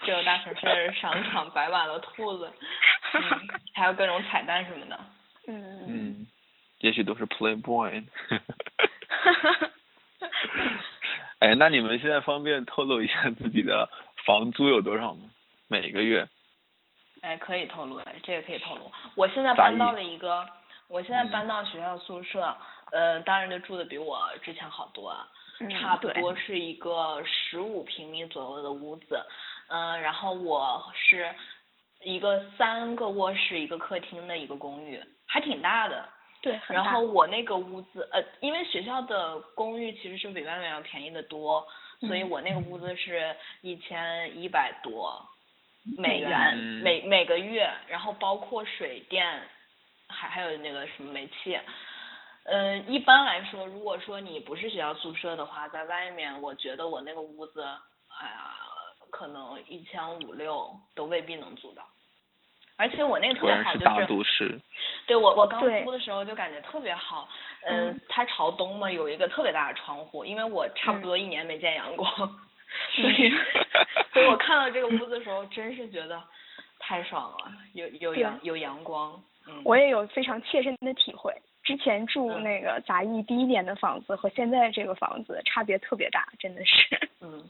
Speaker 2: 只有大城市的商场 摆满了兔子，嗯，还有各种彩蛋什么的。
Speaker 1: 嗯，
Speaker 3: 嗯，也许都是 Playboy。哎，那你们现在方便透露一下自己的房租有多少吗？每个月？
Speaker 2: 哎，可以透露的，这个可以透露。我现在
Speaker 3: 杂
Speaker 2: 搬到
Speaker 3: 役
Speaker 2: 了一个，我现在
Speaker 3: 嗯
Speaker 2: 搬到学校宿舍，呃，当然就住的比我之前好多啊，
Speaker 1: 嗯
Speaker 2: 差不
Speaker 1: 对
Speaker 2: 多是一个十五平米左右的屋子，嗯、然后我是一个三个卧室一个客厅的一个公寓，还挺大的。
Speaker 1: 对，很
Speaker 2: 然
Speaker 1: 大
Speaker 2: 后我那个屋子，呃，因为学校的公寓其实是比外面要便宜的多，所以
Speaker 1: 嗯
Speaker 2: 我那个屋子是一千一百多美
Speaker 1: 美
Speaker 2: 元
Speaker 3: 元
Speaker 2: 每每个月，然后包括水电，还还有那个什么煤气。嗯、一般来说，如果说你不是学校宿舍的话，在外面，我觉得我那个屋子，哎呀，可能一千五六都未必能租到。而且我那个特
Speaker 3: 果
Speaker 2: 别
Speaker 3: 然
Speaker 2: 好，
Speaker 3: 是
Speaker 2: 就
Speaker 3: 大
Speaker 2: 是
Speaker 3: 都市。
Speaker 2: 对我我刚
Speaker 1: 对
Speaker 2: 租的时候就感觉特别好，
Speaker 1: 嗯嗯
Speaker 2: 嗯，它朝东嘛，有一个特别大的窗户，因为我差不多一年没见阳光，所 以所以我看到这个屋子的时候，真是觉得太爽了，有有
Speaker 1: 对啊
Speaker 2: 阳有阳光，嗯，
Speaker 1: 我也有非常切身的体会。之前住
Speaker 2: 嗯
Speaker 1: 那个杂役第一年的房子和现在这个房子差别特别大，真的是。
Speaker 2: 嗯，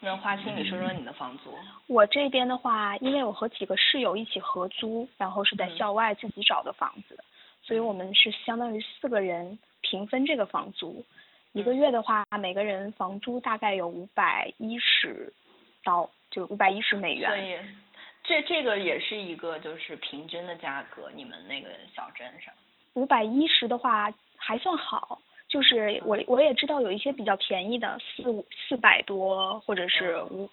Speaker 2: 那花心，你说说你的房租，
Speaker 1: 我这边的话，因为我和几个室友一起合租，然后是在
Speaker 2: 嗯
Speaker 1: 校外自己找的房子，所以我们是相当于四个人平分这个房租。一个
Speaker 2: 嗯
Speaker 1: 月的话，每个人房租大概有五百一十刀，就五百一十美
Speaker 2: 所
Speaker 1: 元。
Speaker 2: 以这这个也是一个就是平均的价格，你们那个小镇上，
Speaker 1: 五百一十的话还算好，就是我
Speaker 2: 嗯
Speaker 1: 我也知道有一些比较便宜的，四五四百多或者是
Speaker 2: 嗯
Speaker 1: 五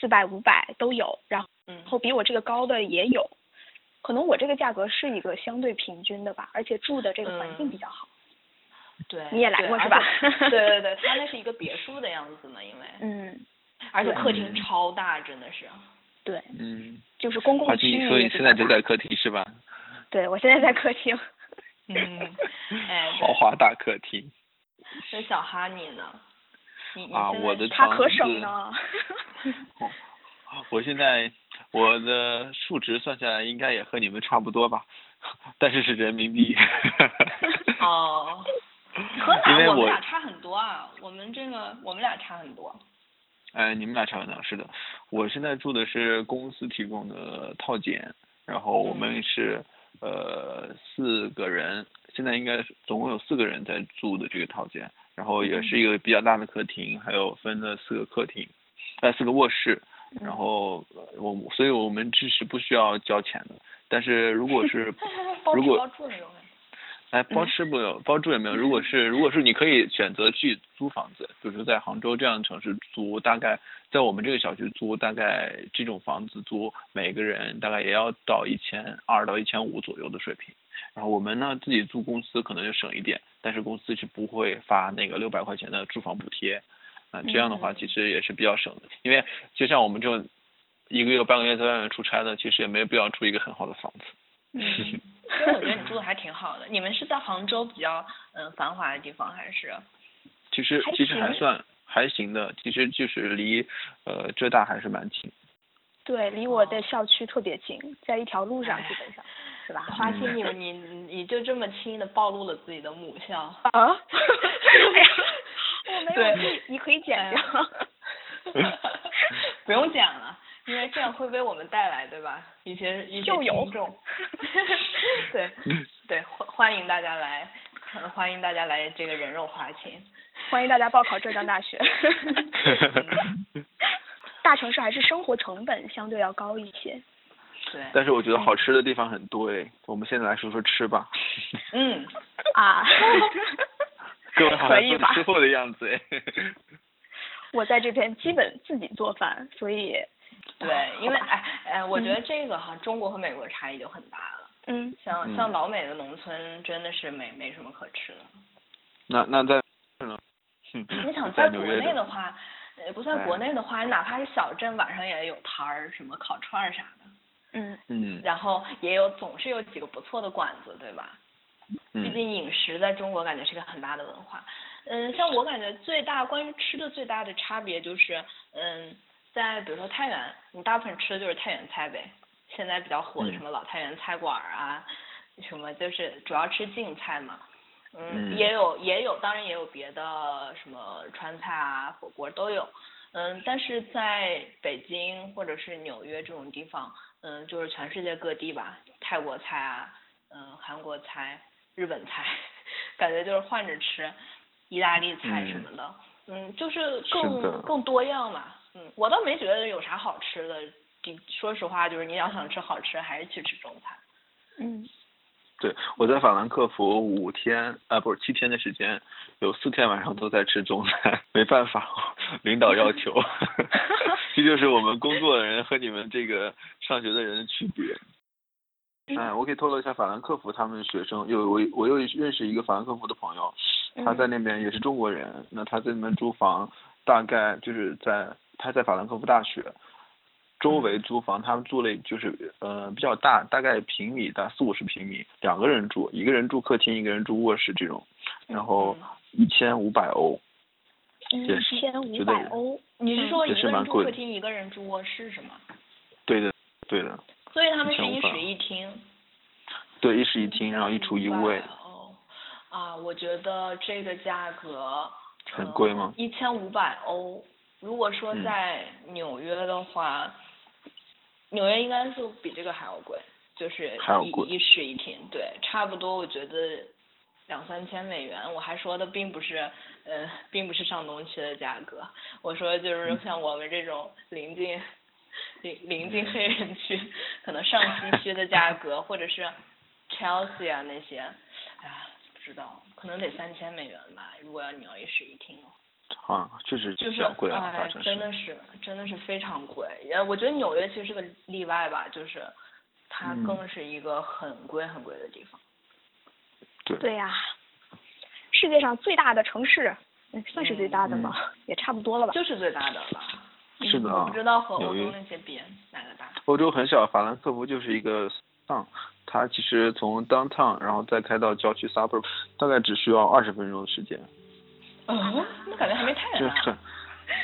Speaker 1: 四百五百都有，然
Speaker 2: 嗯，
Speaker 1: 后比我这个高的也有，可能我这个价格是一个相对平均的吧，而且住的这个环境
Speaker 2: 嗯
Speaker 1: 比较好。
Speaker 2: 对，
Speaker 1: 你也来
Speaker 2: 对
Speaker 1: 过
Speaker 2: 而
Speaker 1: 是吧
Speaker 2: 且对对对，它那是一个别墅的样子嘛，因为，
Speaker 1: 嗯，
Speaker 2: 而且
Speaker 1: 对
Speaker 2: 客厅
Speaker 3: 嗯
Speaker 2: 超大，真的是。
Speaker 1: 对，
Speaker 3: 嗯，
Speaker 1: 就是公共
Speaker 3: 花
Speaker 1: 区
Speaker 3: 青，
Speaker 1: 域
Speaker 3: 你说你
Speaker 1: 也比
Speaker 3: 现在
Speaker 1: 较
Speaker 3: 就
Speaker 1: 大
Speaker 3: 在客厅是吧？
Speaker 1: 对我现在在客 厅。
Speaker 2: 嗯， 哎，
Speaker 3: 豪华大客厅
Speaker 2: 对那小哈你呢？你你
Speaker 3: 啊！
Speaker 2: 现
Speaker 3: 我
Speaker 2: 在
Speaker 3: 的
Speaker 1: 他
Speaker 3: 房
Speaker 1: 可
Speaker 3: 子
Speaker 1: 省 呢。
Speaker 3: 我现在我的数值算下来应该也和你们差不多吧，但是是人 民币。
Speaker 2: 哦，河
Speaker 3: 因为
Speaker 2: 南我们
Speaker 3: 我
Speaker 2: 俩差很多啊，我们这个我们俩差很多。
Speaker 3: 哎，你们俩差不多，是的。我现在住的是公司提供的套间，然后我们是、呃四个人，现在应该是总共有四个人在住的这个套间，然后也是一个比较大的客厅，还有分了四个客厅，呃四个卧室，然后呃我所以我们这是不需要交钱的，但是如果是
Speaker 2: 包
Speaker 3: 如
Speaker 2: 吃
Speaker 3: 果
Speaker 2: 包住那种感觉。
Speaker 3: 哎，包吃不有，包住也没有。如果是如果是你可以选择去租房子，比如说在杭州这样的城市租，大概在我们这个小区租，大概这种房子租每个人大概也要到一千二到一千五左右的水平。然后我们呢自己租公司可能就省一点，但是公司是不会发那个六百块钱的住房补贴。啊，这样的话
Speaker 2: 嗯
Speaker 3: 其实也是比较省的，因为就像我们这种一个月半个月在外面出差的，其实也没有必要住一个很好的房子。
Speaker 2: 嗯，其实我觉得你住的还挺好的。你们是在杭州比较嗯繁华的地方，还是？
Speaker 3: 其实
Speaker 1: 还
Speaker 3: 其实还
Speaker 1: 行
Speaker 3: 算还行的，其实就是离呃浙大还是蛮近。
Speaker 1: 对，离我的校区特别近，在一条路上
Speaker 2: 哎
Speaker 1: 基本上，哦嗯是吧？
Speaker 2: 花
Speaker 3: 嗯
Speaker 2: 心，你你你就这么轻易的暴露了自己的母校。
Speaker 1: 啊？ 哎呀，我没有
Speaker 2: 对
Speaker 1: 你，你可以剪
Speaker 2: 哎
Speaker 1: 掉。
Speaker 2: 不用剪了，因为这样会为我们带来，对吧？一些一些
Speaker 1: 就有
Speaker 2: 听 众，对
Speaker 3: 嗯
Speaker 2: 对，欢欢迎大家来，呃欢迎大家来这个人肉花钱。
Speaker 1: 欢迎大家报考浙江大 学。大城市还是生活成本相对要高一些。
Speaker 2: 对，
Speaker 3: 但是我觉得好吃的地方很多诶，我们现在来说说吃吧，
Speaker 2: 嗯，
Speaker 1: 啊，
Speaker 3: 各位好像
Speaker 1: 可以
Speaker 3: 都
Speaker 1: 吧
Speaker 3: 吃货的样子诶。
Speaker 1: 我在这边基本自己做饭，所以
Speaker 2: 对，因为
Speaker 1: 好吧
Speaker 2: 哎哎，我觉得这个哈，中国和美国差异就很大了。
Speaker 1: 嗯，
Speaker 2: 像
Speaker 3: 嗯
Speaker 2: 像老美的农村真的是没没什么可吃的。
Speaker 3: 那那在呢？哼
Speaker 2: 你 想
Speaker 3: 嗯在
Speaker 2: 在国
Speaker 3: 纽约
Speaker 2: 内
Speaker 3: 的
Speaker 2: 的话，呃，不在国
Speaker 3: 哎
Speaker 2: 内的话，哪怕是小镇，晚上也有摊儿，什么烤串儿啥的。嗯，
Speaker 3: 嗯
Speaker 2: 然后也有总是有几个不错的馆子，对吧？毕
Speaker 3: 嗯，
Speaker 2: 竟饮食在中国感觉是个很大的文化。嗯，像我感觉最大关于吃的最大的差别就是，嗯，在比如说太原，你大部分吃的就是太原菜呗。现在比较火的
Speaker 3: 嗯
Speaker 2: 什么老太原菜馆儿啊，什么就是主要吃晋菜嘛。嗯，
Speaker 3: 嗯
Speaker 2: 也有也有，当然也有别的什么川菜啊、火锅都有。嗯，但是在北京或者是纽约这种地方，嗯，就是全世界各地吧，泰国菜啊，嗯，韩国菜、日本菜， 感觉就是换着吃，意大利菜什
Speaker 3: 嗯
Speaker 2: 么的，嗯就是
Speaker 3: 是的
Speaker 2: 更更多样嘛。嗯，我倒没觉得有啥好吃的，的说实话，就是你要想吃好吃，还是去吃中餐。
Speaker 1: 嗯
Speaker 3: 对，我在法兰克福五天，啊，不是七天的时间，有四天晚上都在吃中餐，没办法，领导要求， 这就是我们工作的人和你们这个上学的人的区别。
Speaker 2: 嗯
Speaker 3: 哎，我给透露一下，法兰克福他们学生有我我又认识一个法兰克福的朋友，
Speaker 1: 嗯
Speaker 3: 他
Speaker 2: 嗯
Speaker 3: 在那边也是中国人，那他在那边租房，大概就是在他在法兰克福大学周
Speaker 2: 嗯
Speaker 3: 围租房，他们租了就是呃比较大，大概平米大四五十平米，两个人住，一个人住客厅，一个人住卧室这种，
Speaker 2: 嗯
Speaker 3: 然后一千五百欧，
Speaker 1: 嗯一
Speaker 3: 也是
Speaker 1: 千
Speaker 3: 觉
Speaker 1: 五
Speaker 3: 得
Speaker 1: 百欧，
Speaker 2: 你是
Speaker 1: 嗯
Speaker 2: 说
Speaker 3: 也
Speaker 2: 一
Speaker 3: 是
Speaker 2: 个人
Speaker 3: 蛮
Speaker 2: 住
Speaker 3: 贵
Speaker 2: 客
Speaker 3: 的
Speaker 2: 厅，一个人住卧室是吗？
Speaker 3: 对的对的，
Speaker 2: 所以他们是一
Speaker 3: 1500
Speaker 2: 室一厅。
Speaker 3: 对一室一
Speaker 2: 嗯
Speaker 3: 厅，然后一厨一卫，
Speaker 2: 哦，啊，我觉得这个价格
Speaker 3: 很贵吗？
Speaker 2: 一千五百欧。如果说
Speaker 3: 嗯
Speaker 2: 在纽约的话，纽约应该是比这个还要贵，就是
Speaker 3: 还要
Speaker 2: 一
Speaker 3: 贵
Speaker 2: 一室一厅，对，差不多我觉得两三千美元。我还说的并不是，呃，并不是上东区的价格，我说
Speaker 3: 嗯
Speaker 2: 就是像我们这种临近。临临近
Speaker 3: 嗯
Speaker 2: 黑人区，可能上西区的价格，或者是 Chelsea 啊那些，哎呀，不知道，可能得三千美元吧。如果要你要一室一厅的话。
Speaker 3: 啊，确实
Speaker 2: 就
Speaker 3: 比
Speaker 2: 是
Speaker 3: 较贵啊，大
Speaker 2: 哎
Speaker 3: 城，市
Speaker 2: 真。的是真的是非常贵。呃，我觉得纽约其实是个例外吧，就是它
Speaker 3: 嗯
Speaker 2: 更是一个很贵很贵的地方。
Speaker 1: 对呀、世界上最大的城市，嗯算是最大的吗？
Speaker 3: 嗯
Speaker 1: 也差不多了吧。
Speaker 2: 就是最大的吧。
Speaker 3: 是的啊
Speaker 2: 嗯我不知道和欧
Speaker 3: 纽
Speaker 2: 洲
Speaker 3: 约
Speaker 2: 那些比哪个大。
Speaker 3: 欧洲很小，法兰克福就是一个 town，它其实从 downtown 然后再开到郊区 suburb，大概只需要二十分钟的时间，
Speaker 2: 哦，那感觉还没太
Speaker 3: 这
Speaker 2: 远
Speaker 3: 很
Speaker 2: 呢。，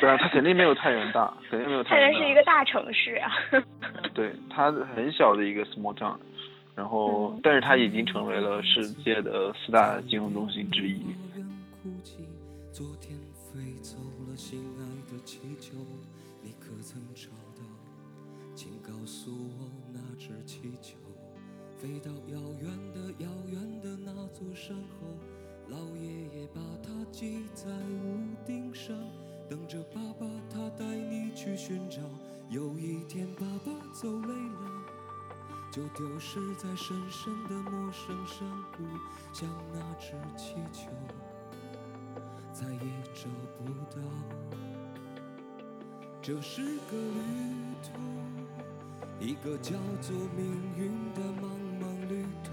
Speaker 3: 对啊，它肯定没有太原大，肯定没有
Speaker 1: 太
Speaker 3: 太
Speaker 1: 原
Speaker 3: 原
Speaker 1: 是
Speaker 3: 大，
Speaker 1: 一个大城市啊，
Speaker 3: 对，它很小的一个 small town，然后
Speaker 1: 嗯
Speaker 3: 但是它已经成为了世界的四大金融中心之一，
Speaker 4: 一个人哭泣。昨天飞走了心爱的气球，你可曾找到？请告诉我那只气球飞到遥远的遥远的那座山后，老爷爷把它系在屋顶上，等着爸爸他带你去寻找。有一天爸爸走累了。就丢失在深深的陌生山谷，像那只气球，再也找不到。这是个旅途，一个叫做命运的茫茫旅途。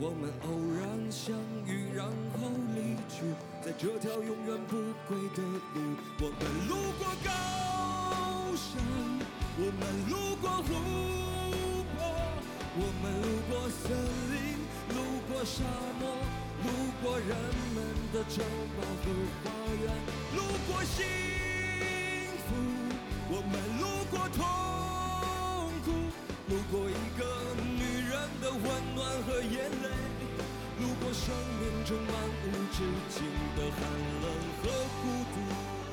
Speaker 4: 我们偶然相遇，然后离去，在这条永远不归的路，我们路过高山。我们路过湖泊，我们路过森林，路过沙漠，路过人们的城堡和花园，路过幸福，我们路过痛苦，路过一个女人的温暖和眼泪，路过生命中漫无止境的寒冷和孤独。